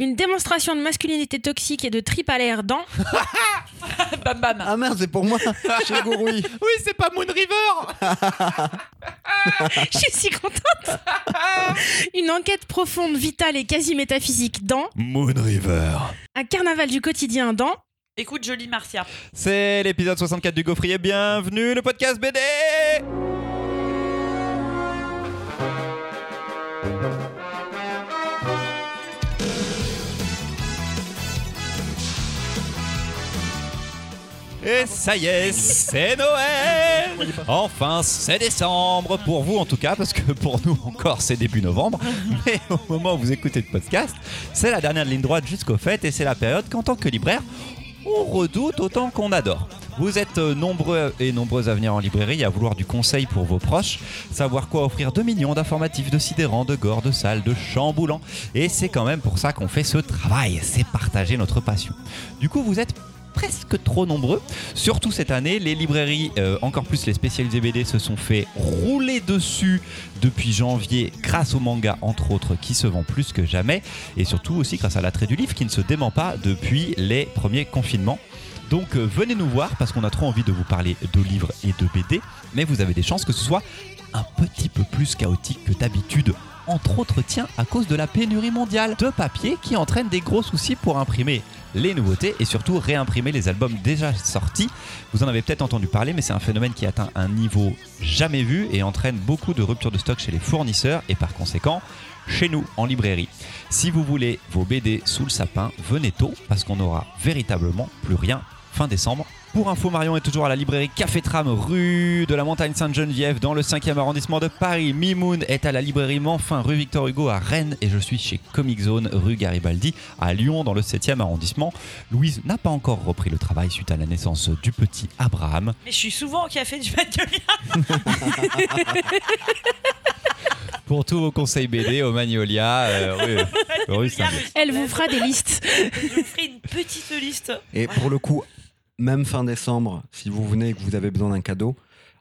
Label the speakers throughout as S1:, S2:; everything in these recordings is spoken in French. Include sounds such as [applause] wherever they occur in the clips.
S1: Une démonstration de masculinité toxique et de trip à l'air dans.
S2: Bam bam.
S3: Ah merde, c'est pour [laughs] moi, chez Gourou.
S2: Oui, c'est pas Moon River.
S1: Je suis si contente. Une enquête profonde, vitale et quasi métaphysique dans.
S3: Moon River.
S1: Un carnaval du quotidien dans.
S4: Écoute, jolie Martia.
S2: C'est l'épisode 64 du Gaufrier. Bienvenue, le podcast BD. Et ça y est, c'est Noël Enfin, c'est décembre Pour vous en tout cas, parce que pour nous encore c'est début novembre, mais au moment où vous écoutez le podcast, c'est la dernière ligne droite jusqu'aux fêtes et c'est la période qu'en tant que libraire, on redoute autant qu'on adore. Vous êtes euh, nombreux et nombreuses à venir en librairie, à vouloir du conseil pour vos proches, savoir quoi offrir de mignon, d'informatif, de sidérant, de gore, de sale, de chamboulant. Et c'est quand même pour ça qu'on fait ce travail, c'est partager notre passion. Du coup, vous êtes presque trop nombreux. Surtout cette année, les librairies, euh, encore plus les spécialisées BD, se sont fait rouler dessus depuis janvier grâce aux mangas, entre autres, qui se vend plus que jamais. Et surtout aussi grâce à l'attrait du livre qui ne se dément pas depuis les premiers confinements. Donc euh, venez nous voir parce qu'on a trop envie de vous parler de livres et de BD, mais vous avez des chances que ce soit un petit peu plus chaotique que d'habitude. Entre autres, tiens, à cause de la pénurie mondiale de papier qui entraîne des gros soucis pour imprimer les nouveautés et surtout réimprimer les albums déjà sortis. Vous en avez peut-être entendu parler, mais c'est un phénomène qui atteint un niveau jamais vu et entraîne beaucoup de ruptures de stock chez les fournisseurs et par conséquent chez nous en librairie. Si vous voulez vos BD sous le sapin, venez tôt parce qu'on aura véritablement plus rien fin décembre. Pour info, Marion est toujours à la librairie Café Tram rue de la Montagne Sainte-Geneviève dans le 5e arrondissement de Paris. Mimoun est à la librairie Manfin rue Victor Hugo à Rennes et je suis chez Comic Zone rue Garibaldi à Lyon dans le 7e arrondissement. Louise n'a pas encore repris le travail suite à la naissance du petit Abraham.
S4: Mais je suis souvent au café du Magnolia.
S2: Pour tous vos conseils BD au Magnolia, euh, rue, rue Saint-
S1: Elle vous fera des listes.
S4: Je vous ferai une petite liste.
S3: Et pour le coup, même fin décembre, si vous venez et que vous avez besoin d'un cadeau,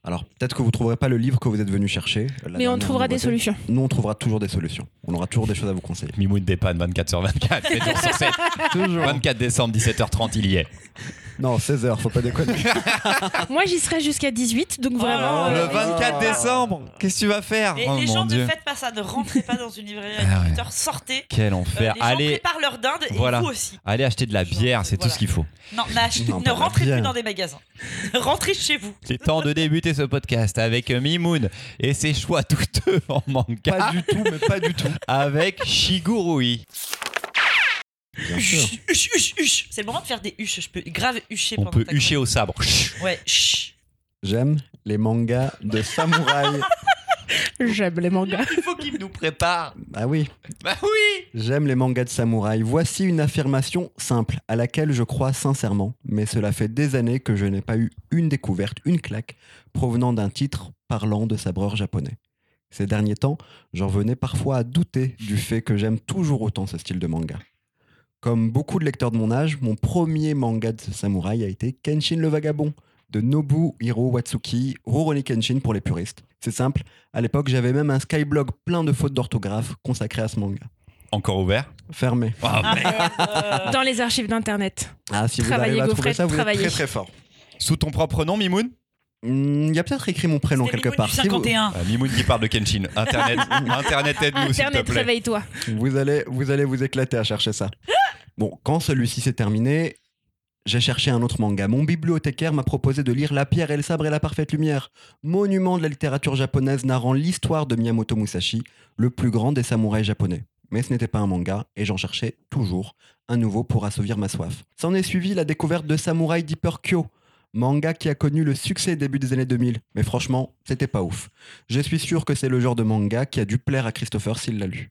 S3: alors peut-être que vous trouverez pas le livre que vous êtes venu chercher. la
S1: Mais on
S3: dernière
S1: trouvera des
S3: nouveauté.
S1: solutions.
S3: Nous, on trouvera toujours des solutions. On aura toujours des choses à vous conseiller.
S2: Mimoun dépanne 24 sur 24, 7 jours sur 7. 24 décembre, 17h30, il y est.
S3: Non, 16h, faut
S1: [laughs]
S3: pas déconner.
S1: Moi, j'y serai jusqu'à 18, donc vraiment.
S4: Oh,
S2: le
S1: euh,
S2: 24 décembre, qu'est-ce que tu vas faire
S4: Et
S2: Oh
S4: les
S2: mon
S4: gens
S2: Dieu.
S4: ne faites pas ça, ne rentrez pas dans une librairie
S2: Ah
S4: à
S2: ouais.
S4: 18 heures, sortez.
S2: Quel
S4: Euh,
S2: enfer.
S4: les gens
S2: allez,
S4: préparent leur dinde et
S2: Voilà.
S4: vous aussi.
S2: allez acheter de la bière, c'est tout
S4: Voilà.
S2: ce qu'il faut.
S4: Non, n'ach-
S3: Non,
S4: ne
S3: pas la
S4: rentrez plus
S3: bière.
S4: dans des magasins. [laughs] rentrez chez vous.
S2: C'est temps de débuter ce podcast avec Mimoun et ses choix douteux en manga.
S3: Pas du tout, mais pas du tout.
S2: Avec Shigurui.
S3: Bien sûr.
S4: Huche, huche, huche, huche. C'est le moment de faire des huches. Je peux grave hucher
S2: On
S4: pendant
S2: peut
S4: ta
S2: hucher au sabre. Chut.
S4: chronique. Ouais, chut.
S3: J'aime les mangas
S1: [laughs]
S3: de samouraï.
S1: euh, J'aime les mangas.
S2: Il faut qu'il nous prépare.
S3: Ah oui,
S2: Bah oui
S3: J'aime les mangas de samouraï. Voici une affirmation simple à laquelle je crois sincèrement, mais cela fait des années que je n'ai pas eu une découverte, une claque, provenant d'un titre parlant de sabreur japonais. Ces derniers temps, j'en venais parfois à douter du fait que j'aime toujours autant ce style de manga. Comme beaucoup de lecteurs de mon âge, mon premier manga de samouraï a été Kenshin le Vagabond de Nobuhiro Watsuki, Rurouni Kenshin pour les puristes. C'est simple, à l'époque j'avais même un skyblog plein de fautes d'orthographe consacré à ce manga.
S2: Encore ouvert
S3: Fermé.
S2: Oh,
S4: Ah,
S2: merde.
S4: merde. Euh,
S1: Dans les archives d'internet.
S3: Ah, si
S1: Travailler,
S3: vous arrivez à trouver
S1: Gaufrette,
S3: ça, vous
S1: travailler.
S3: êtes très très fort.
S2: Sous ton propre nom, Mimoun
S3: Hmm, Il y a peut-être écrit mon prénom
S4: c'était
S3: quelque
S4: Mimoun
S3: part.
S4: du
S3: Si vous,
S4: 51.
S2: Ah, Mimoun qui parle de Kenshin. [laughs] Internet, Internet aide-nous s'il te
S1: Internet,
S2: plaît.
S1: réveille-toi. Bah,
S3: vous allez, vous allez vous éclater à chercher ça. Bon, quand celui-ci s'est terminé, j'ai cherché un autre manga. Mon bibliothécaire m'a proposé de lire La pierre et le sabre et la parfaite lumière, monument de la littérature japonaise narrant l'histoire de Miyamoto Musashi, le plus grand des samouraïs japonais. Mais ce n'était pas un manga, et j'en cherchais toujours un nouveau pour assouvir ma soif. S'en est suivi la découverte de Samurai Deeper Kyo, manga qui a connu le succès début des années 2000. Mais franchement, c'était pas ouf. Je suis sûr que c'est le genre de manga qui a dû plaire à Christopher s'il l'a lu.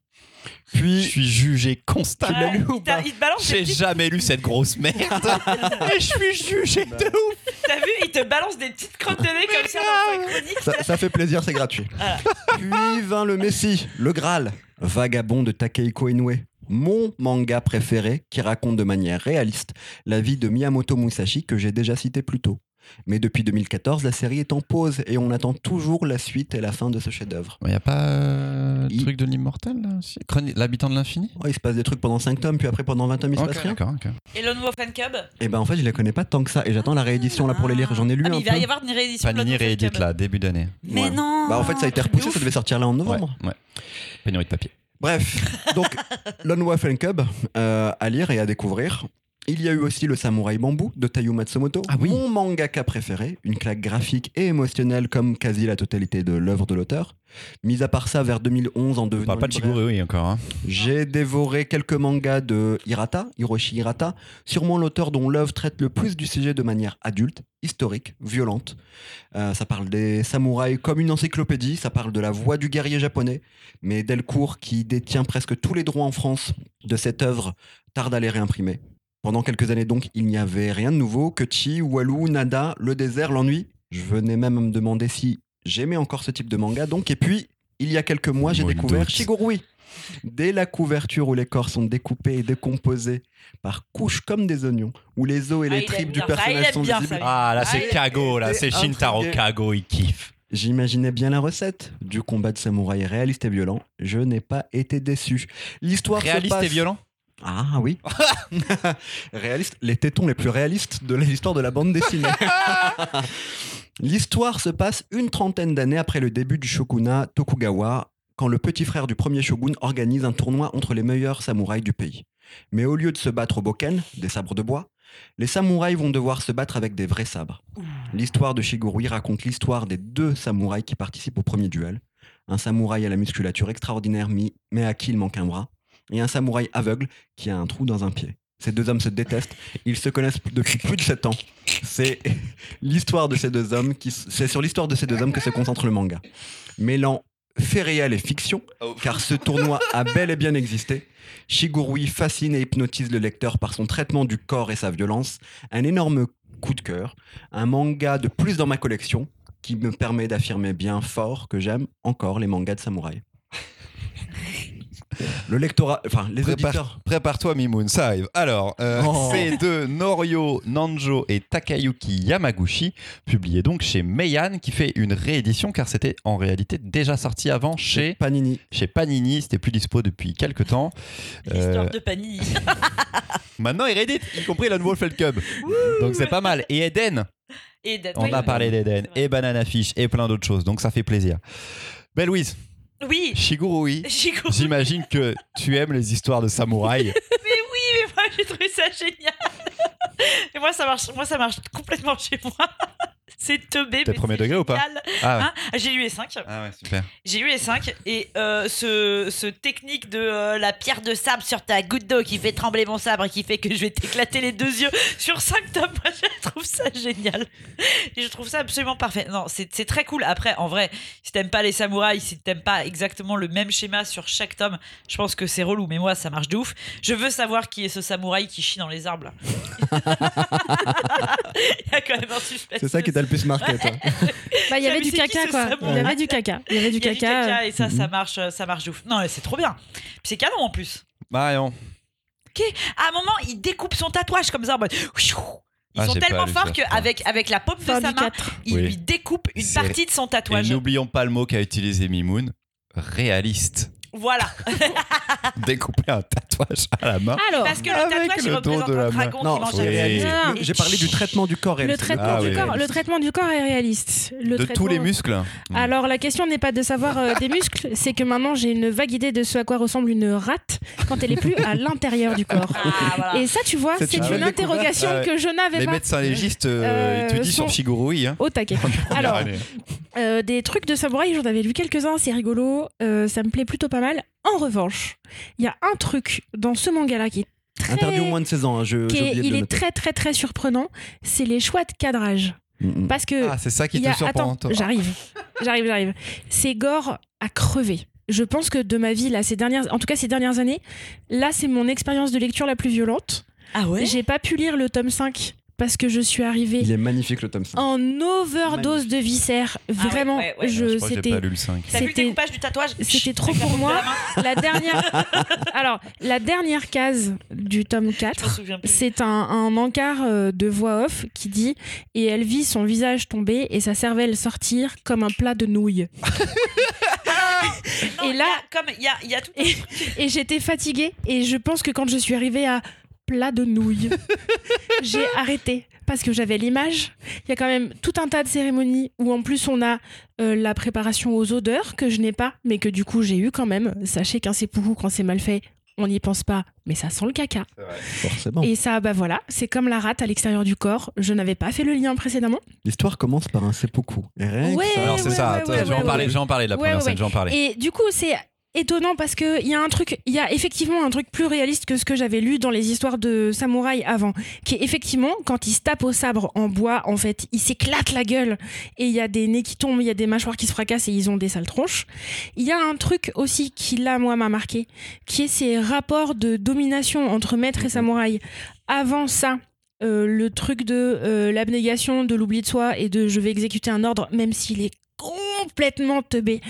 S2: Je
S3: Puis,
S2: suis jugé constamment.
S4: Ouais, il, t'a- il te balance des
S2: J'ai
S4: petites-
S2: jamais lu cette grosse merde. [laughs] Et je suis jugé de ouf.
S4: T'as vu, il te balance des petites crottes de nez comme ça dans ta chronique.
S3: Ça, ça fait plaisir, c'est gratuit.
S4: [laughs] Voilà.
S3: Puis vint le Messie, le Graal, vagabond de Takehiko Inoue. Mon manga préféré qui raconte de manière réaliste la vie de Miyamoto Musashi que j'ai déjà cité plus tôt. Mais depuis 2014, la série est en pause et on attend toujours la suite et la fin de ce chef-d'œuvre.
S5: Il n'y a pas euh, le
S3: Il-
S5: truc de l'immortel, là aussi Chroni- L'habitant de l'infini
S3: Oh, il se passe des trucs pendant 5 tomes, puis après pendant 20 tomes, il se
S5: Ok,
S3: passe rien.
S5: D'accord, ok.
S4: Et le nouveau fan cub
S3: Et ben en fait, je les connais pas tant que ça et j'attends la réédition là pour les lire. J'en ai lu
S4: Ah, mais
S3: un
S4: il va
S3: peu.
S4: y avoir une réédition. de
S2: Panini
S4: l'autre fan
S2: réédite
S4: cub.
S2: là, début d'année.
S4: Mais
S3: Ouais.
S4: non
S3: Bah en fait, ça a été repoussé, ça devait sortir là en novembre.
S2: Ouais, ouais. Pénurie de papier.
S3: Bref, donc Lone Wolf and Cub euh, à lire et à découvrir. Il y a eu aussi le Samouraï Bambou de Tayu Matsumoto,
S5: Ah oui.
S3: mon mangaka préféré, une claque graphique et émotionnelle comme quasi la totalité de l'œuvre de l'auteur. Mis à part ça, vers 2011, en
S2: On
S3: devenant
S2: parle pas de
S3: libraire,
S2: Shigurui encore. hein.
S3: j'ai dévoré quelques mangas de Hirata, Hiroshi Hirata, sûrement l'auteur dont l'œuvre traite le plus du sujet de manière adulte, historique, violente. Euh, ça parle des samouraïs comme une encyclopédie, ça parle de la voix du guerrier japonais, mais Delcourt, qui détient presque tous les droits en France de cette œuvre, tarde à les réimprimer. Pendant quelques années donc, il n'y avait rien de nouveau que Chi, Walou, Nada, le désert, l'ennui. Je venais même me demander si j'aimais encore ce type de manga donc, et puis... Il y a quelques mois, j'ai
S5: Moi, le
S3: découvert
S5: doute.
S3: Shigurui. Dès la couverture où les corps sont découpés et décomposés par couches comme des oignons, où les os et
S4: Ah,
S3: les
S4: il
S3: tripes
S4: aime bien
S3: du
S4: ça, il
S3: personnage
S4: aime
S3: sont
S4: bien ça,
S3: visibles,
S4: lui.
S2: Ah là,
S4: Ah,
S2: c'est
S4: il-
S2: Kago, là,
S3: il
S2: c'est
S3: était
S2: Shintaro
S3: intrigué.
S2: Kago, il kiffe.
S3: j'imaginais bien la recette du combat de samouraï réaliste et violent. Je n'ai pas été déçu. L'histoire se
S2: Réaliste
S3: passe-
S2: et violent
S3: Ah oui. [laughs] réaliste, les tétons les plus réalistes de l'histoire de la bande [laughs] dessinée. L'histoire se passe une trentaine d'années après le début du shogunat Tokugawa, quand le petit frère du premier shogun organise un tournoi entre les meilleurs samouraïs du pays. Mais au lieu de se battre au boken, des sabres de bois, les samouraïs vont devoir se battre avec des vrais sabres. L'histoire de Shigurui raconte l'histoire des deux samouraïs qui participent au premier duel. Un samouraï à la musculature extraordinaire, mi- mais à qui il manque un bras. Et un samouraï aveugle qui a un trou dans un pied. Ces deux hommes se détestent. Ils se connaissent depuis plus de 7 ans. C'est [laughs] l'histoire de ces deux hommes qui, s- c'est sur l'histoire de ces deux hommes que se concentre le manga. Mêlant fait réel et fiction, car ce tournoi a bel et bien existé. Shigurui fascine et hypnotise le lecteur par son traitement du corps et sa violence. Un énorme coup de cœur. Un manga de plus dans ma collection qui me permet d'affirmer bien fort que j'aime encore les mangas de samouraï. Le lectorat, enfin les
S5: Prépare-
S3: auditeurs.
S5: Prépare-toi, Mimoun, ça arrive. Alors, euh,
S3: Oh.
S5: c'est de Norio Nanjo et Takayuki Yamaguchi, publié donc chez Meian, qui fait une réédition car c'était en réalité déjà sorti avant chez,
S3: Panini.
S5: chez Panini, c'était plus dispo depuis quelques temps.
S4: L'histoire
S5: Euh,
S4: de Panini.
S5: Maintenant, il réédite, y compris Lone Wolf and Cub. donc c'est pas mal. Et Eden,
S4: Et d'être-
S5: on
S4: oui,
S5: a
S4: oui,
S5: parlé
S4: oui,
S5: d'Eden,
S4: c'est vrai.
S5: et Banana Fish, et plein d'autres choses, donc ça fait plaisir. Belle Louise,
S4: Oui, [laughs]
S5: Shigurui,
S4: j'ai compris.
S5: j'imagine que tu aimes les histoires de samouraïs.
S4: Mais moi, j'ai trouvé ça génial. Et moi, ça marche, moi, ça marche complètement chez moi. [laughs] C'est teubé.
S5: T'es
S4: mais
S5: premier
S4: c'est
S5: degré ou pas
S4: génial.
S5: Ah ouais.
S4: Hein [laughs] J'ai eu les 5.
S5: Ah ouais, super.
S4: J'ai eu les 5 et euh, ce, ce technique de euh, la pierre de sable sur ta goutte d'eau qui fait trembler mon sabre et qui fait que je vais t'éclater les deux yeux sur 5 tomes, [laughs] moi, je trouve ça génial. Et je trouve ça absolument parfait. Non, c'est c'est très cool. Après, en vrai, si t'aimes pas les samouraïs, si t'aimes pas exactement le même schéma sur chaque tome, je pense que c'est relou. Mais moi, ça marche de ouf. Je veux savoir qui est ce samouraï qui chie dans les arbres. là. [laughs] Il y a quand même un suspense.
S3: C'est ça qui t'a le plus marqué, toi.
S1: Bah, il y avait
S4: Ça, mais
S1: du
S4: c'est qui
S1: caca,
S4: ce
S1: quoi. Il y
S4: samouraï
S1: avait du caca. Il y avait du
S4: Il y a du
S1: caca.
S4: caca et ça, ça marche, euh, ça marche de ouf. Non, mais c'est trop bien. Puis c'est canon en plus.
S5: Marion.
S4: À un moment, il découpe son tatouage comme ça en mode. Ils
S5: Ah,
S4: sont
S5: j'ai pas
S4: tellement
S5: lu
S4: forts
S5: ça,
S4: qu'avec avec la paume de
S1: Fin
S4: sa
S1: du
S4: main,
S1: 4.
S4: il
S5: Oui.
S4: lui découpe une
S5: C'est-
S4: partie de son
S5: Et
S4: tatouage.
S5: n'oublions pas le mot qu'a utilisé Mimoun, réaliste.
S4: Voilà.
S1: Ah.
S2: [laughs]
S5: Découper un tatouage à la main.
S1: Alors,
S4: Parce que le
S5: Avec
S4: tatouage, il
S5: le dos
S4: représente
S5: de la
S4: un
S5: main.
S4: dragon
S3: Non,
S4: qui mange
S5: c'est-
S4: la
S1: [laughs]
S5: Et-
S1: Ah.
S3: J'ai parlé du traitement du corps. et
S1: le traitement,
S5: Ah
S1: du
S5: oui.
S1: corps, le traitement du corps est réaliste. Le
S5: de tous
S1: traitement-
S5: les muscles.
S3: Mm.
S1: Alors la question n'est pas de savoir euh, des muscles, c'est que maintenant j'ai une vague idée de ce à quoi ressemble une rate quand elle est plus à l'intérieur du corps.
S4: Ah, voilà.
S1: Et ça, tu vois,
S3: C'est
S1: c'est
S3: une
S1: une
S3: belle
S1: interrogation
S5: découverte.
S1: que je n'avais
S5: Les
S1: pas.
S5: médecins légistes, euh,
S1: Euh,
S5: ils te disent
S1: sont-
S5: sur Shigurui. Hein.
S1: Au taquet. Alors, euh, des trucs de samouraï, j'en avais lu quelques-uns, c'est rigolo, euh, ça me plaît plutôt pas mal. En revanche, il y a un truc dans ce manga-là qui est très...
S3: Interdit au moins de 16 ans, hein, je,
S1: qui
S3: j'ai
S1: est-
S3: oublié de
S1: il
S3: le
S1: est
S3: noter.
S1: très très très surprenant, c'est les choix de cadrage.
S3: Mm, mm.
S1: Parce que
S5: ah, c'est ça qui
S1: euh, Il y a-
S5: te surprend.
S1: Attends,
S5: toi.
S2: Ah,
S1: j'arrive. J'arrive, j'arrive. C'est gore à crever. Je pense que de ma vie, là, ces dernières, en tout cas ces dernières années, là, c'est mon expérience de lecture la plus violente.
S4: Ah ouais
S1: J'ai pas pu lire le tome 5 parce que je suis arrivée
S3: Il est magnifique le tome 5.
S1: en overdose de viscères.
S4: Ah ouais,
S1: Vraiment,
S4: ouais, ouais.
S1: je,
S2: je crois que j'ai
S1: c'était
S2: pas lu le 5.
S4: T'as vu le
S1: C'était-
S4: découpage du tatouage
S1: c'était
S4: Chut,
S1: trop
S4: avec la
S1: pour
S4: paume de
S1: moi.
S4: la main,
S1: la dernière. [laughs] Alors, la dernière case du tome
S4: Je me
S1: 4
S4: souviens plus.
S1: c'est un, un encart euh, de voix off qui dit Et elle vit son visage tomber et sa cervelle sortir comme un plat de nouilles.
S4: Non,
S1: et là-
S4: il y a- comme il y a, il y a tout.
S1: Et, et j'étais fatiguée et je pense que quand je suis arrivée à plat de nouilles, j'ai arrêté parce que j'avais l'image. Il y a quand même tout un tas de cérémonies où en plus on a euh, la préparation aux odeurs que je n'ai pas mais que du coup j'ai eu quand même. Sachez qu'un seppuku quand c'est mal fait, on n'y pense pas mais ça sent le caca.
S3: Forcément.
S1: Et ça bah voilà, c'est comme la rate à l'extérieur du corps. Je n'avais pas fait le lien précédemment.
S3: L'histoire commence par un seppuku. Et rien que
S1: Ouais.
S3: ça.
S2: Alors c'est
S1: ouais,
S2: ça,
S1: ouais,
S2: attends,
S1: ouais,
S2: j'en
S1: ouais,
S2: parlais,
S1: ouais.
S2: j'en parlais de la
S1: Ouais,
S2: première
S1: ouais,
S2: scène, j'en parlais.
S1: Et du coup, c'est étonnant parce que il y a un truc, il y a effectivement un truc plus réaliste que ce que j'avais lu dans les histoires de samouraï avant, qui est effectivement quand il se tape au sabre en bois, en fait, il s'éclate la gueule et il y a des nez qui tombent, il y a des mâchoires qui se fracassent et ils ont des sales tronches. Il y a un truc aussi qui là moi m'a marqué, qui est ces rapports de domination entre maître et samouraï. Avant ça. euh, le truc de euh, l'abnégation, de l'oubli de soi et de je vais exécuter un ordre, même s'il est complètement teubé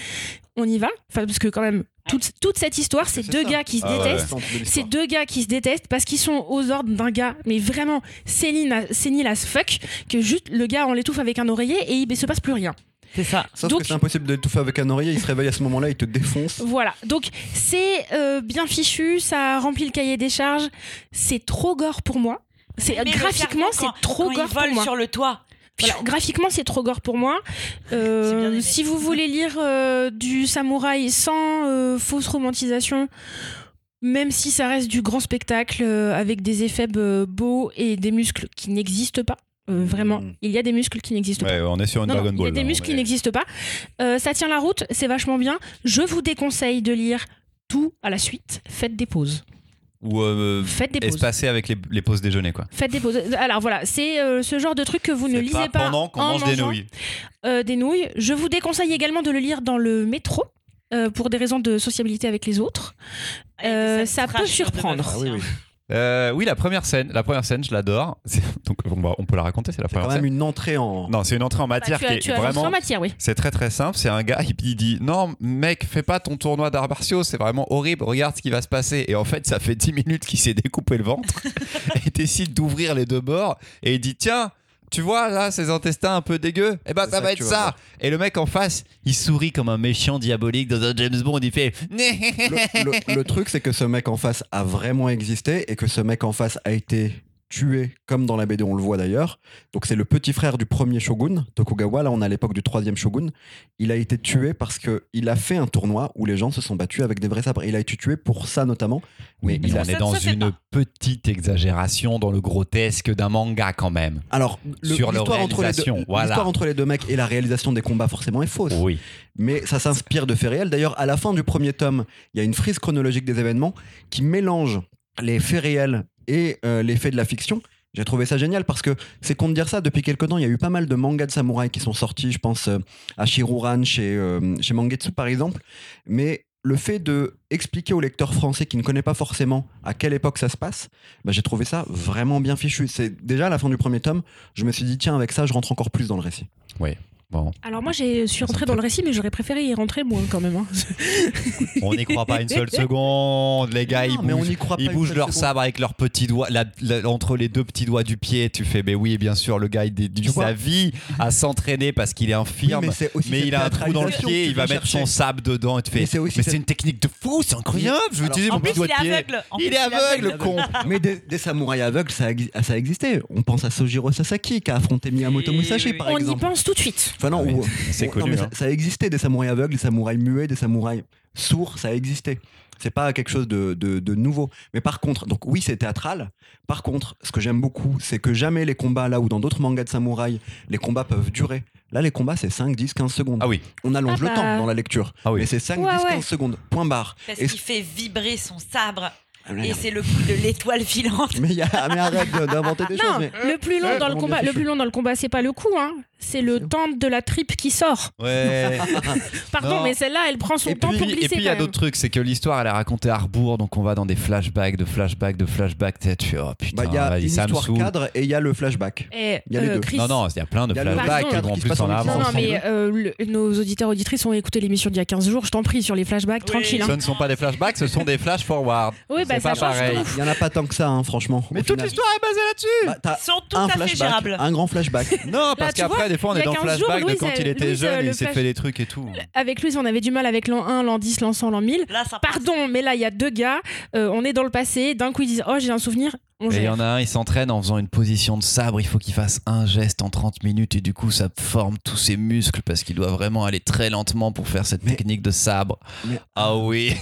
S1: on y va Enfin, parce que quand même, toute, toute cette histoire, c'est
S3: C'est
S1: deux
S3: ça.
S1: gars qui se
S2: Ah ouais.
S1: détestent.
S3: Centre de
S1: C'est
S3: l'histoire.
S1: deux gars qui se détestent parce qu'ils sont aux ordres d'un gars, mais vraiment sénile à- sénile as fuck, que juste le gars on l'étouffe avec un oreiller et il ne se passe plus rien.
S4: C'est ça.
S3: Sauf
S1: Donc-
S3: que c'est impossible de tout faire avec un oreiller, il se réveille à ce moment-là, il te défonce.
S1: Voilà, donc c'est euh, bien fichu, ça remplit le cahier des charges, c'est trop gore pour moi. C'est
S4: Mais le
S1: graphiquement c'est
S4: serpent,
S1: trop
S4: Quand
S1: gore
S4: ils
S1: pour
S4: volent
S1: moi.
S4: sur le toit.
S1: Voilà, graphiquement, c'est trop gore pour moi. Euh,
S4: J'ai bien aimé.
S1: si vous voulez lire euh, du samouraï sans euh, fausse romantisation, même si ça reste du grand spectacle euh, avec des effets euh, beaux et des muscles qui n'existent pas, euh, vraiment,
S3: Mhm.
S1: il y a des muscles qui n'existent
S2: Mm. Ouais, on est sur une
S1: non, non,
S2: Dragon
S1: il y a
S2: Ball.
S1: des
S2: là, on
S1: muscles qui
S2: est-
S1: n'existent pas. Euh, ça tient la route, c'est vachement bien. Je vous déconseille de lire tout à la suite. Faites des pauses.
S2: Ou euh,
S1: Faites des pauses.
S2: espacé avec les, les pauses déjeuner, quoi.
S1: Faites des pauses. Alors voilà, c'est euh, ce genre de truc que vous ne
S2: C'est
S1: lisez pas,
S2: pendant qu'on
S1: en
S2: mange des
S1: mangeant.
S2: nouilles.
S1: Euh, des nouilles. Je vous déconseille également de le lire dans le métro euh, pour des raisons de sociabilité avec les autres. Euh, ça peut surprendre.
S3: Ah oui, oui.
S2: Euh, oui, la première scène, la première scène, je l'adore. C'est- Donc on, va- on peut la raconter, c'est la
S3: C'est quand
S2: première
S3: même
S2: scène.
S3: une entrée en.
S2: Non, c'est une entrée en
S1: Bah,
S2: matière
S1: tu
S2: qui
S1: as,
S2: est
S1: tu as rentré
S2: Ah, vraiment.
S1: en matière, oui.
S2: C'est très très simple, c'est un gars, il il dit non mec fais pas ton tournoi d'arts martiaux, c'est vraiment horrible, regarde ce qui va se passer. Et en fait ça fait 10 minutes qu'il s'est découpé le ventre [laughs] et décide d'ouvrir les deux bords et il dit tiens tu vois là ces intestins un peu dégueux, eh ben
S3: C'est
S2: ça
S3: ça
S2: va
S3: que
S2: être
S3: tu vas
S2: ça.
S3: voir.
S2: Et le mec en face il sourit comme un méchant diabolique dans un James Bond, il fait
S3: Le, le- le truc, c'est que ce mec en face a vraiment existé et que ce mec en face a été tué, comme dans la BD, on le voit d'ailleurs. Donc c'est le petit frère du premier shogun, Tokugawa. Là, on est à l'époque du troisième shogun. Il a été tué parce que il a fait un tournoi où les gens se sont battus avec des vrais sabres. Il a été tué pour ça notamment.
S2: Oui mais
S3: il
S2: on
S3: a-
S4: ça
S2: est
S4: ne
S2: dans
S4: se fait
S2: une petite exagération dans le grotesque d'un manga quand même.
S3: Alors, le-
S2: Sur leur
S3: l'histoire entre, les deux-
S2: réalisation, voilà.
S3: l'histoire entre les deux mecs et la réalisation des combats forcément est fausse.
S2: Oui.
S3: mais ça s'inspire de faits réels. D'ailleurs, à la fin du premier tome, il y a une frise chronologique des événements qui mélange les faits réels et euh, les faits de la fiction. J'ai trouvé ça génial parce que c'est con de dire ça. Depuis quelques temps, il y a eu pas mal de mangas de samouraïs qui sont sortis. Je pense euh, à Shiruran chez, euh, chez Mangetsu par exemple. Mais le fait de expliquer au lecteur français qui ne connaît pas forcément à quelle époque ça se passe, bah, j'ai trouvé ça vraiment bien fichu. C'est déjà à la fin du premier tome, je me suis dit tiens avec ça, je rentre encore plus dans le récit.
S2: Bon,
S1: Alors moi, je suis rentrée dans le récit, mais j'aurais préféré y rentrer moins quand même. hein.
S2: on n'y croit pas
S3: [laughs]
S2: une seule seconde, les gars, ils
S3: mais on
S2: bougent.
S3: y croit
S2: Ils
S3: pas une
S2: bougent
S3: seule
S2: leur
S3: seconde.
S2: sabre avec leurs petits doigts, la- la- entre les deux petits doigts du pied. Tu fais, mais oui, bien sûr, le gars, il dédie
S3: Tu vois
S2: sa vie à s'entraîner parce qu'il est
S3: Oui,
S2: infirme. mais
S3: c'est aussi cette
S2: il a un trou dans le
S3: théâtralisation
S2: pied,
S3: que
S2: il va
S3: tu
S2: mettre
S3: cherchais.
S2: son sabre dedans et tu fais.
S3: Mais
S2: Mais
S3: c'est
S2: c'est
S3: aussi cette-
S2: une technique de fou, c'est incroyable. Je vais
S3: Alors,
S2: utiliser
S4: En
S2: mon
S4: plus,
S2: petit doigt
S4: il
S2: de
S4: est
S2: pied.
S4: aveugle. En
S2: Il
S4: plus,
S2: est aveugle, le con.
S3: Mais des, des samouraïs aveugles, ça, exi- ça existait. On pense à Sojiro Sasaki qui a affronté Miyamoto
S4: Oui,
S3: Musashi,
S4: oui,
S3: par
S1: On y
S3: exemple.
S1: pense tout de suite.
S3: Enfin, non,
S2: Ah oui,
S3: ou-
S2: [laughs] C'est
S3: ou- non, mais
S2: connu.
S3: ça,
S2: hein.
S3: ça existait des samouraïs aveugles, des samouraïs muets, des samouraïs sourds, ça existait. C'est pas quelque chose de, de- de nouveau. Mais par contre, donc oui, c'est théâtral. Par contre, ce que j'aime beaucoup, c'est que jamais les combats, là où dans d'autres mangas de samouraïs, les combats peuvent durer. Là, les combats, c'est 5, 10, 15 secondes.
S2: Ah oui.
S3: On allonge
S1: Ah bah.
S3: le temps dans la lecture.
S2: Ah oui.
S3: Mais c'est 5,
S1: Ouais,
S3: 10,
S1: ouais.
S3: 15 secondes. Point barre.
S4: Parce
S3: Et-
S4: qu'il fait vibrer son sabre
S3: Ah,
S4: et
S3: merde.
S4: c'est le coup de l'étoile filante.
S3: Mais, il y a- mais arrête de- d'inventer des
S1: non,
S3: choses. mais-
S1: le plus long
S3: Ouais,
S1: dans le
S3: vraiment
S1: combat,
S3: bien
S1: le
S3: fichu.
S1: plus long dans le combat, c'est pas le coup, hein. c'est le temps de la tripe qui sort.
S2: Ouais.
S1: Pardon,
S2: Non.
S1: mais celle-là, elle prend son
S2: et
S1: temps
S2: puis,
S1: pour
S2: et
S1: glisser.
S2: puis il y
S1: quand
S2: a
S1: même.
S2: d'autres trucs, c'est que l'histoire elle est racontée à rebours, donc on va dans des flashbacks, de flashbacks, de flashbacks. T'es là, Tu fais, oh
S3: Bah,
S2: putain,
S3: Il y a
S2: vas-y,
S3: une
S2: ça me
S3: histoire
S2: saoule.
S3: cadre et il y a le flashback.
S1: Eh,
S3: Il y a les
S1: euh,
S3: deux.
S1: Chris,
S2: Non, non, il y a plein de
S3: Il y a le
S2: flashbacks
S1: bac
S2: qui vont
S3: qui se
S2: plus
S3: passe
S2: en
S3: en
S2: avant.
S1: Non, non,
S3: ensemble.
S1: mais euh, le- nos auditeurs auditrices ont écouté l'émission d'il y a 15 jours, je t'en prie, sur les flashbacks,
S4: Oui.
S1: tranquille. hein.
S2: Ce ne sont pas des flashbacks, ce sont des flash forward.
S1: [laughs] Oui, bah
S2: c'est
S1: ça
S2: pas
S1: change
S2: pareil.
S1: tout.
S3: Il y en a pas tant que ça, hein, franchement. au
S2: Mais toute
S3: final.
S2: l'histoire est basée là-dessus.
S3: Bah, t'as
S4: Ils sont tout
S3: un
S4: à fait
S3: flashback,
S4: gérables.
S3: un grand flashback.
S4: [laughs]
S2: non, parce
S1: Bah, tu
S2: qu'après
S1: vois,
S2: des fois on
S1: il y
S2: est
S1: a
S2: dans
S1: 15
S2: flashback
S1: jours,
S2: de quand
S1: Louise,
S2: il
S1: elle-
S2: était
S1: Louise, euh,
S2: jeune,
S1: le
S2: il s'est
S1: flash-
S2: fait des trucs et tout.
S1: Avec Louise, on avait du mal avec l'an 1, l'an 10, l'an 100, l'an 1000.
S4: Là, ça passe.
S1: Pardon, mais là, il y a deux gars, euh, on est dans le passé, d'un coup ils disent Oh, j'ai un souvenir, on
S2: Et il y
S1: gère.
S2: en a un, il s'entraîne en faisant une position de sabre. Il faut qu'il fasse un geste en 30 minutes et du coup, ça forme tous ses muscles parce qu'il doit vraiment aller très lentement pour faire cette
S3: Mais-
S2: technique de sabre.
S3: Mais-
S2: Ah [laughs] oui.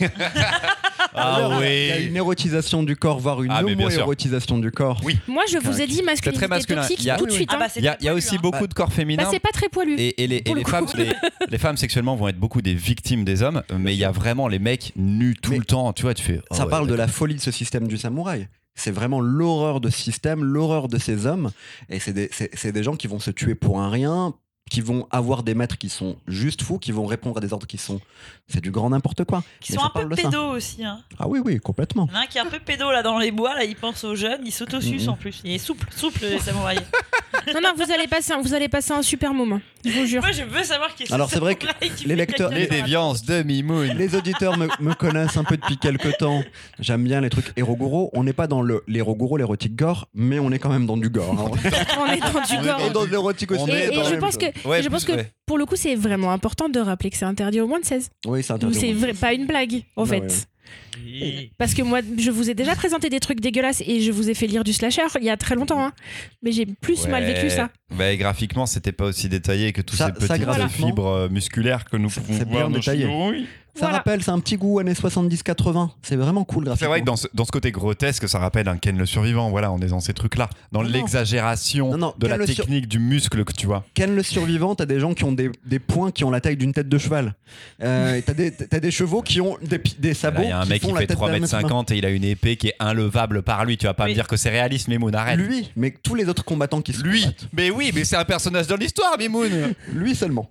S2: ah
S3: Il y a une
S2: oui.
S3: érotisation du corps, voire une
S2: Ah, mais bien sûr.
S3: homo-érotisation du corps.
S1: Moi, je vous ai dit masculinité
S2: très masculin.
S1: toxique
S2: Il y a-
S1: tout de suite.
S4: Ah
S1: hein.
S4: bah, c'est
S2: Il y a,
S4: très
S2: il y a
S4: poilu,
S2: aussi
S4: hein.
S2: beaucoup de corps féminins.
S1: Bah, c'est pas très poilu.
S2: Et, et les, et
S1: Pour
S2: les
S1: le coup.
S2: femmes, les, les femmes sexuellement vont être beaucoup des victimes des hommes, mais il y a vraiment les mecs nus tout
S3: Mais-
S2: le temps. Tu vois, tu fais. oh
S3: Ça
S2: ouais,
S3: parle de la folie de ce système du samouraï. C'est vraiment l'horreur de ce système, l'horreur de ces hommes. Et c'est des, c'est- c'est des gens qui vont se tuer pour un rien, qui vont avoir des maîtres qui sont juste fous, qui vont répondre à des ordres qui sont. C'est du grand n'importe quoi.
S4: Qui
S3: Mais
S4: hein. sont
S3: ça
S4: un peu
S3: parle de ça.
S4: pédos aussi. Hein.
S3: Ah oui, oui, complètement.
S4: Il y en a un qui est un peu pédo là dans les bois, là il pense aux jeunes, il s'autosuce
S3: Mhm.
S4: en plus. Il est souple, souple les
S3: [laughs]
S4: samouraïs.
S1: Non, non, vous allez, passer, un- vous allez passer un super moment, je vous
S2: [laughs]
S1: jure.
S4: Moi je veux savoir qui est ce
S3: Alors, c'est vrai que
S4: samouraï qui
S3: les
S4: fait
S3: lecteurs-
S2: Les
S4: caca dans la-
S2: déviances de Mimoun.
S3: Les auditeurs me, me connaissent un peu depuis quelques temps. J'aime bien les trucs héroguro. On n'est pas dans le- l'héroguro, l'érotique gore, mais on est quand même dans du gore. hein.
S1: On est dans du
S2: On est
S1: gore.
S2: dans
S3: Et dans de l'érotique aussi.
S2: On
S1: Et,
S2: est
S1: et
S2: dans la
S1: je
S2: même
S1: pense que,
S2: [laughs] Ouais,
S1: je pense
S2: plus,
S1: que
S2: ouais.
S1: pour le coup, c'est vraiment important de rappeler que c'est interdit au moins de 16.
S3: Oui, c'est
S1: Ou
S3: interdit.
S1: c'est vrai- pas une blague, en
S3: Ouais,
S1: fait.
S3: ouais, ouais.
S1: Parce que moi, je vous ai déjà présenté des trucs dégueulasses et je vous ai fait lire du slasher il y a très longtemps. hein. Mais j'ai plus mal vécu
S2: Ouais.
S1: ça.
S2: Bah, graphiquement, c'était pas aussi détaillé que toutes
S3: Ça-
S2: ces
S3: ça,
S2: petites
S3: graphiquement,
S2: fibres euh, musculaires que nous
S3: c'est-
S2: pouvons
S3: c'est
S2: voir.
S3: bien
S2: dans
S3: détaillé.
S2: nos chignots.
S3: Ça
S1: Voilà.
S3: rappelle, c'est un petit goût années 70-80. C'est vraiment cool graphiquement.
S2: C'est vrai que dans ce, dans ce côté grotesque, ça rappelle un Ken le survivant. Voilà, on est dans ces trucs-là. Dans
S3: Non, non.
S2: l'exagération
S3: Non, non,
S2: de
S3: Ken
S2: la
S3: le sur-
S2: technique du muscle que tu vois.
S3: Ken le survivant, t'as des gens qui ont des, des poings qui ont la taille d'une tête de cheval. Euh, et t'as des, t'as des chevaux qui ont des, pi- des
S2: Là,
S3: sabots.
S2: Il y a un
S3: qui
S2: mec
S3: font
S2: qui
S3: la
S2: fait
S3: tête d'un être humain.
S2: 3m50 et il a une épée qui est inlevable par lui. Tu vas pas
S4: Oui.
S2: me dire que c'est réaliste, Mimoun, arrête.
S3: Lui, mais tous les autres combattants qui se
S2: Lui.
S3: combattent.
S2: Mais oui, mais c'est un personnage dans l'histoire, Mimoun.
S3: Lui seulement.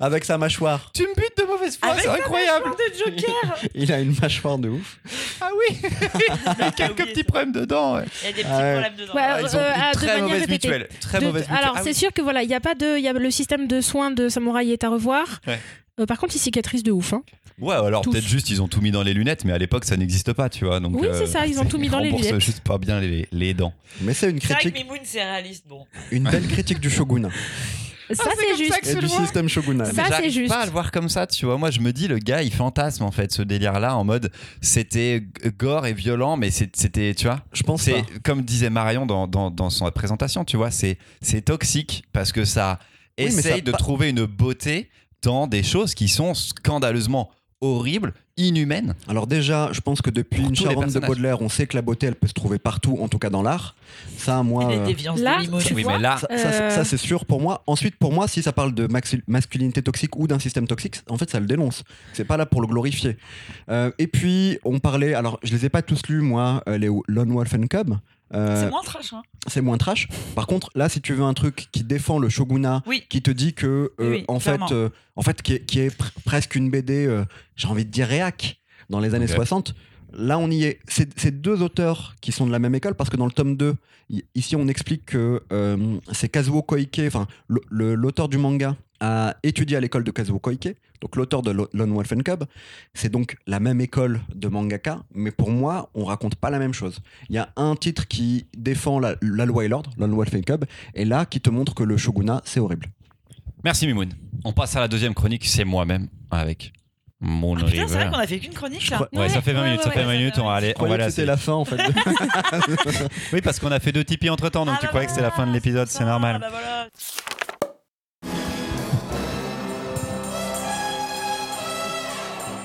S3: Avec sa mâchoire.
S2: tu me butes de mauvaise foi,
S4: Avec
S2: c'est
S4: la
S2: incroyable.
S4: mâchoire de
S3: [laughs]
S4: Joker
S3: Il a une mâchoire de ouf.
S2: Ah oui,
S4: J'ai
S2: [laughs] quelques
S4: oublié
S2: petits
S4: ça.
S2: problèmes dedans. ouais.
S4: Il y a des petits
S3: Ah ouais.
S4: problèmes dedans.
S1: Ouais,
S2: Ah, ils ont
S1: euh,
S2: une
S1: ah, de
S2: très
S1: manière
S2: mauvaise
S1: répétée.
S2: mutuelle. Très
S1: De-
S2: mauvaise mutuelle.
S1: alors,
S2: Ah
S1: c'est
S2: oui.
S1: sûr que voilà, il y a pas de. Il y a le système de soins de samouraï est à revoir.
S2: Ouais.
S1: Euh, par contre, il cicatrise de ouf. hein.
S2: Ouais, alors
S1: Tous.
S2: peut-être juste ils ont tout mis dans les lunettes, mais à l'époque ça n'existe pas, tu vois. Donc,
S1: Oui, c'est ça, ils ont tout mis dans les
S2: remboursent
S1: lunettes.
S2: juste pas bien les, les dents.
S3: Mais c'est une
S4: C'est vrai que
S3: critique,
S4: Mimoun c'est réaliste, bon.
S3: une belle critique
S4: [laughs]
S3: du shogun
S1: Ça, Ah, c'est juste.
S3: et du système shogunat.
S1: Ça,
S2: Mais
S1: c'est
S2: j'arrive
S1: juste.
S2: pas à le voir comme ça, tu vois. Moi, je me dis, le gars, il fantasme en fait ce délire-là en mode c'était g- gore et violent, mais c'est- c'était, tu vois.
S3: Je pense
S2: C'est
S3: pas.
S2: comme disait Marion dans, dans, dans son présentation, tu vois, c'est c'est toxique parce que ça
S3: Oui, mais ça
S2: essaye de
S3: pa-
S2: trouver une beauté dans des choses qui sont scandaleusement horribles, inhumaines.
S3: Alors déjà, je pense que depuis
S2: Pour
S3: une
S2: tous les
S3: Charente de
S2: personnages.
S3: Baudelaire, on sait que la beauté, elle peut se trouver partout, en tout cas dans l'art. Ça, moi,
S4: Et [laughs] les
S3: euh,
S4: déviances
S1: là,
S4: de Mimoun.
S1: tu
S2: oui,
S1: vois,
S2: mais là,
S3: ça, ça,
S1: Euh.
S3: ça, c'est sûr pour moi. Ensuite, pour moi, si ça parle de maxi- masculinité toxique ou d'un système toxique, en fait, ça le dénonce. C'est pas là pour le glorifier. Euh, et puis, on parlait. Alors, je les ai pas tous lus, moi, euh, les Lone Wolf and Cub. Euh,
S4: C'est moins trash, hein.
S3: c'est moins trash. Par contre, là, si tu veux un truc qui défend le shogunat,
S4: Oui.
S3: qui te dit que, euh,
S4: Oui, oui,
S3: en, fait,
S4: clairement.
S3: euh, en fait, qui est, qui est pr- presque une BD, euh, j'ai envie de dire réac, dans les années
S2: Ok.
S3: 60, là, on y est. C'est c'est deux auteurs qui sont de la même école, parce que dans le tome 2, i- ici, on explique que euh, c'est Kazuo Koike, enfin, le- le- l'auteur du manga a étudié à l'école de Kazuo Koike, donc l'auteur de Lo- Lone Wolf and Cub. C'est donc la même école de mangaka, mais pour moi, on raconte pas la même chose. Il y a un titre qui défend la, la loi et l'ordre, Lone Wolf and Cub, et là qui te montre que le shogunat, c'est horrible.
S2: Merci Mimoun. On passe à la deuxième chronique, c'est moi-même avec mon
S4: Ah, putain, c'est vrai qu'on a fait qu'une chronique là.
S3: crois-
S2: Ouais, ça fait 20
S1: ouais,
S2: minutes,
S1: ouais,
S2: ça
S1: ouais,
S2: fait 20
S4: ouais,
S2: minutes,
S4: ouais,
S2: on va
S4: ouais.
S2: aller,
S3: Je
S2: on va
S3: croyais que
S2: aller
S3: c'était
S2: assez-
S3: la fin en [laughs] fait.
S2: Oui, parce qu'on a fait deux Tipeee entre temps, donc
S4: Ah,
S2: tu
S4: bah
S2: croyais que c'était la
S4: voilà,
S2: fin de l'épisode, c'est
S4: ça,
S2: normal.
S4: bah voilà.